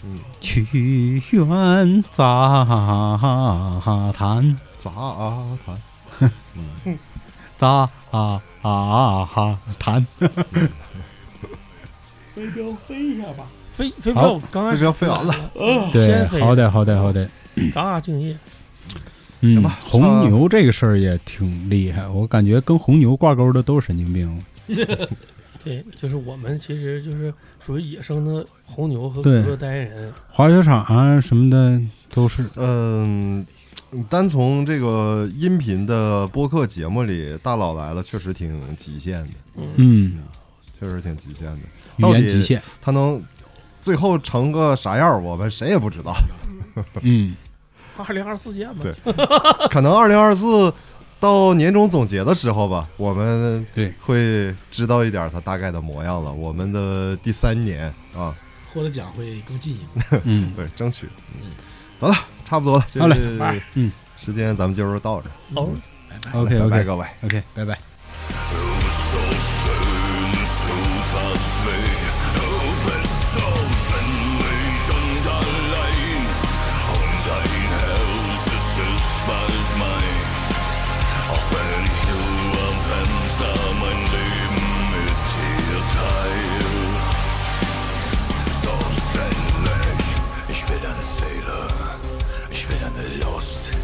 S1: 嗯，
S2: 曲苑杂谈，
S1: 砸啊谈，
S2: 杂啊啊哈谈，
S3: 飞镖飞一下吧，
S5: 飞飞镖，刚开
S1: 这
S5: 始
S1: 不要飞完了，
S5: 了，
S2: 对，
S5: 先飞
S2: 好歹好歹好歹，
S5: 嘎嘎敬业。
S2: 嗯
S1: 行吧，
S2: 红牛这个事儿也挺厉害，我感觉跟红牛挂钩的都是神经病。
S5: 对，就是我们其实就是属于野生的红牛和
S2: 对
S5: 骨头代言人，
S2: 滑雪场啊什么的都是，
S1: 嗯，单从这个音频的播客节目里，大佬来了确实挺极限的，
S2: 嗯，
S1: 确实挺极限的。
S2: 语
S1: 到
S2: 言
S1: 底
S2: 极限，
S1: 他能最后成个啥样儿，我们谁也不知道。
S2: 嗯，
S5: 二零二四见嘛
S1: 对，可能二零二四到年终总结的时候吧，我们
S2: 对
S1: 会知道一点它大概的模样了。我们的第三年啊，
S3: 获得奖会更进一步。
S2: 嗯，
S1: 对，争取。嗯，得了，差不多了。这
S2: 好嘞
S1: 拜。
S2: 嗯，
S1: 时间咱们今儿就到这儿。
S5: 哦，
S2: OK
S1: 拜拜
S2: OK
S1: 各位。
S2: OK，拜拜。
S6: So schön, so fast weh. Oh, bist so sinnlich und allein. Und dein Herz, es ist bald mein. Auch wenn ich nur am Fenster mein Leben mit dir teil. So sinnlich, ich will deine Seele, ich will deine Lust. um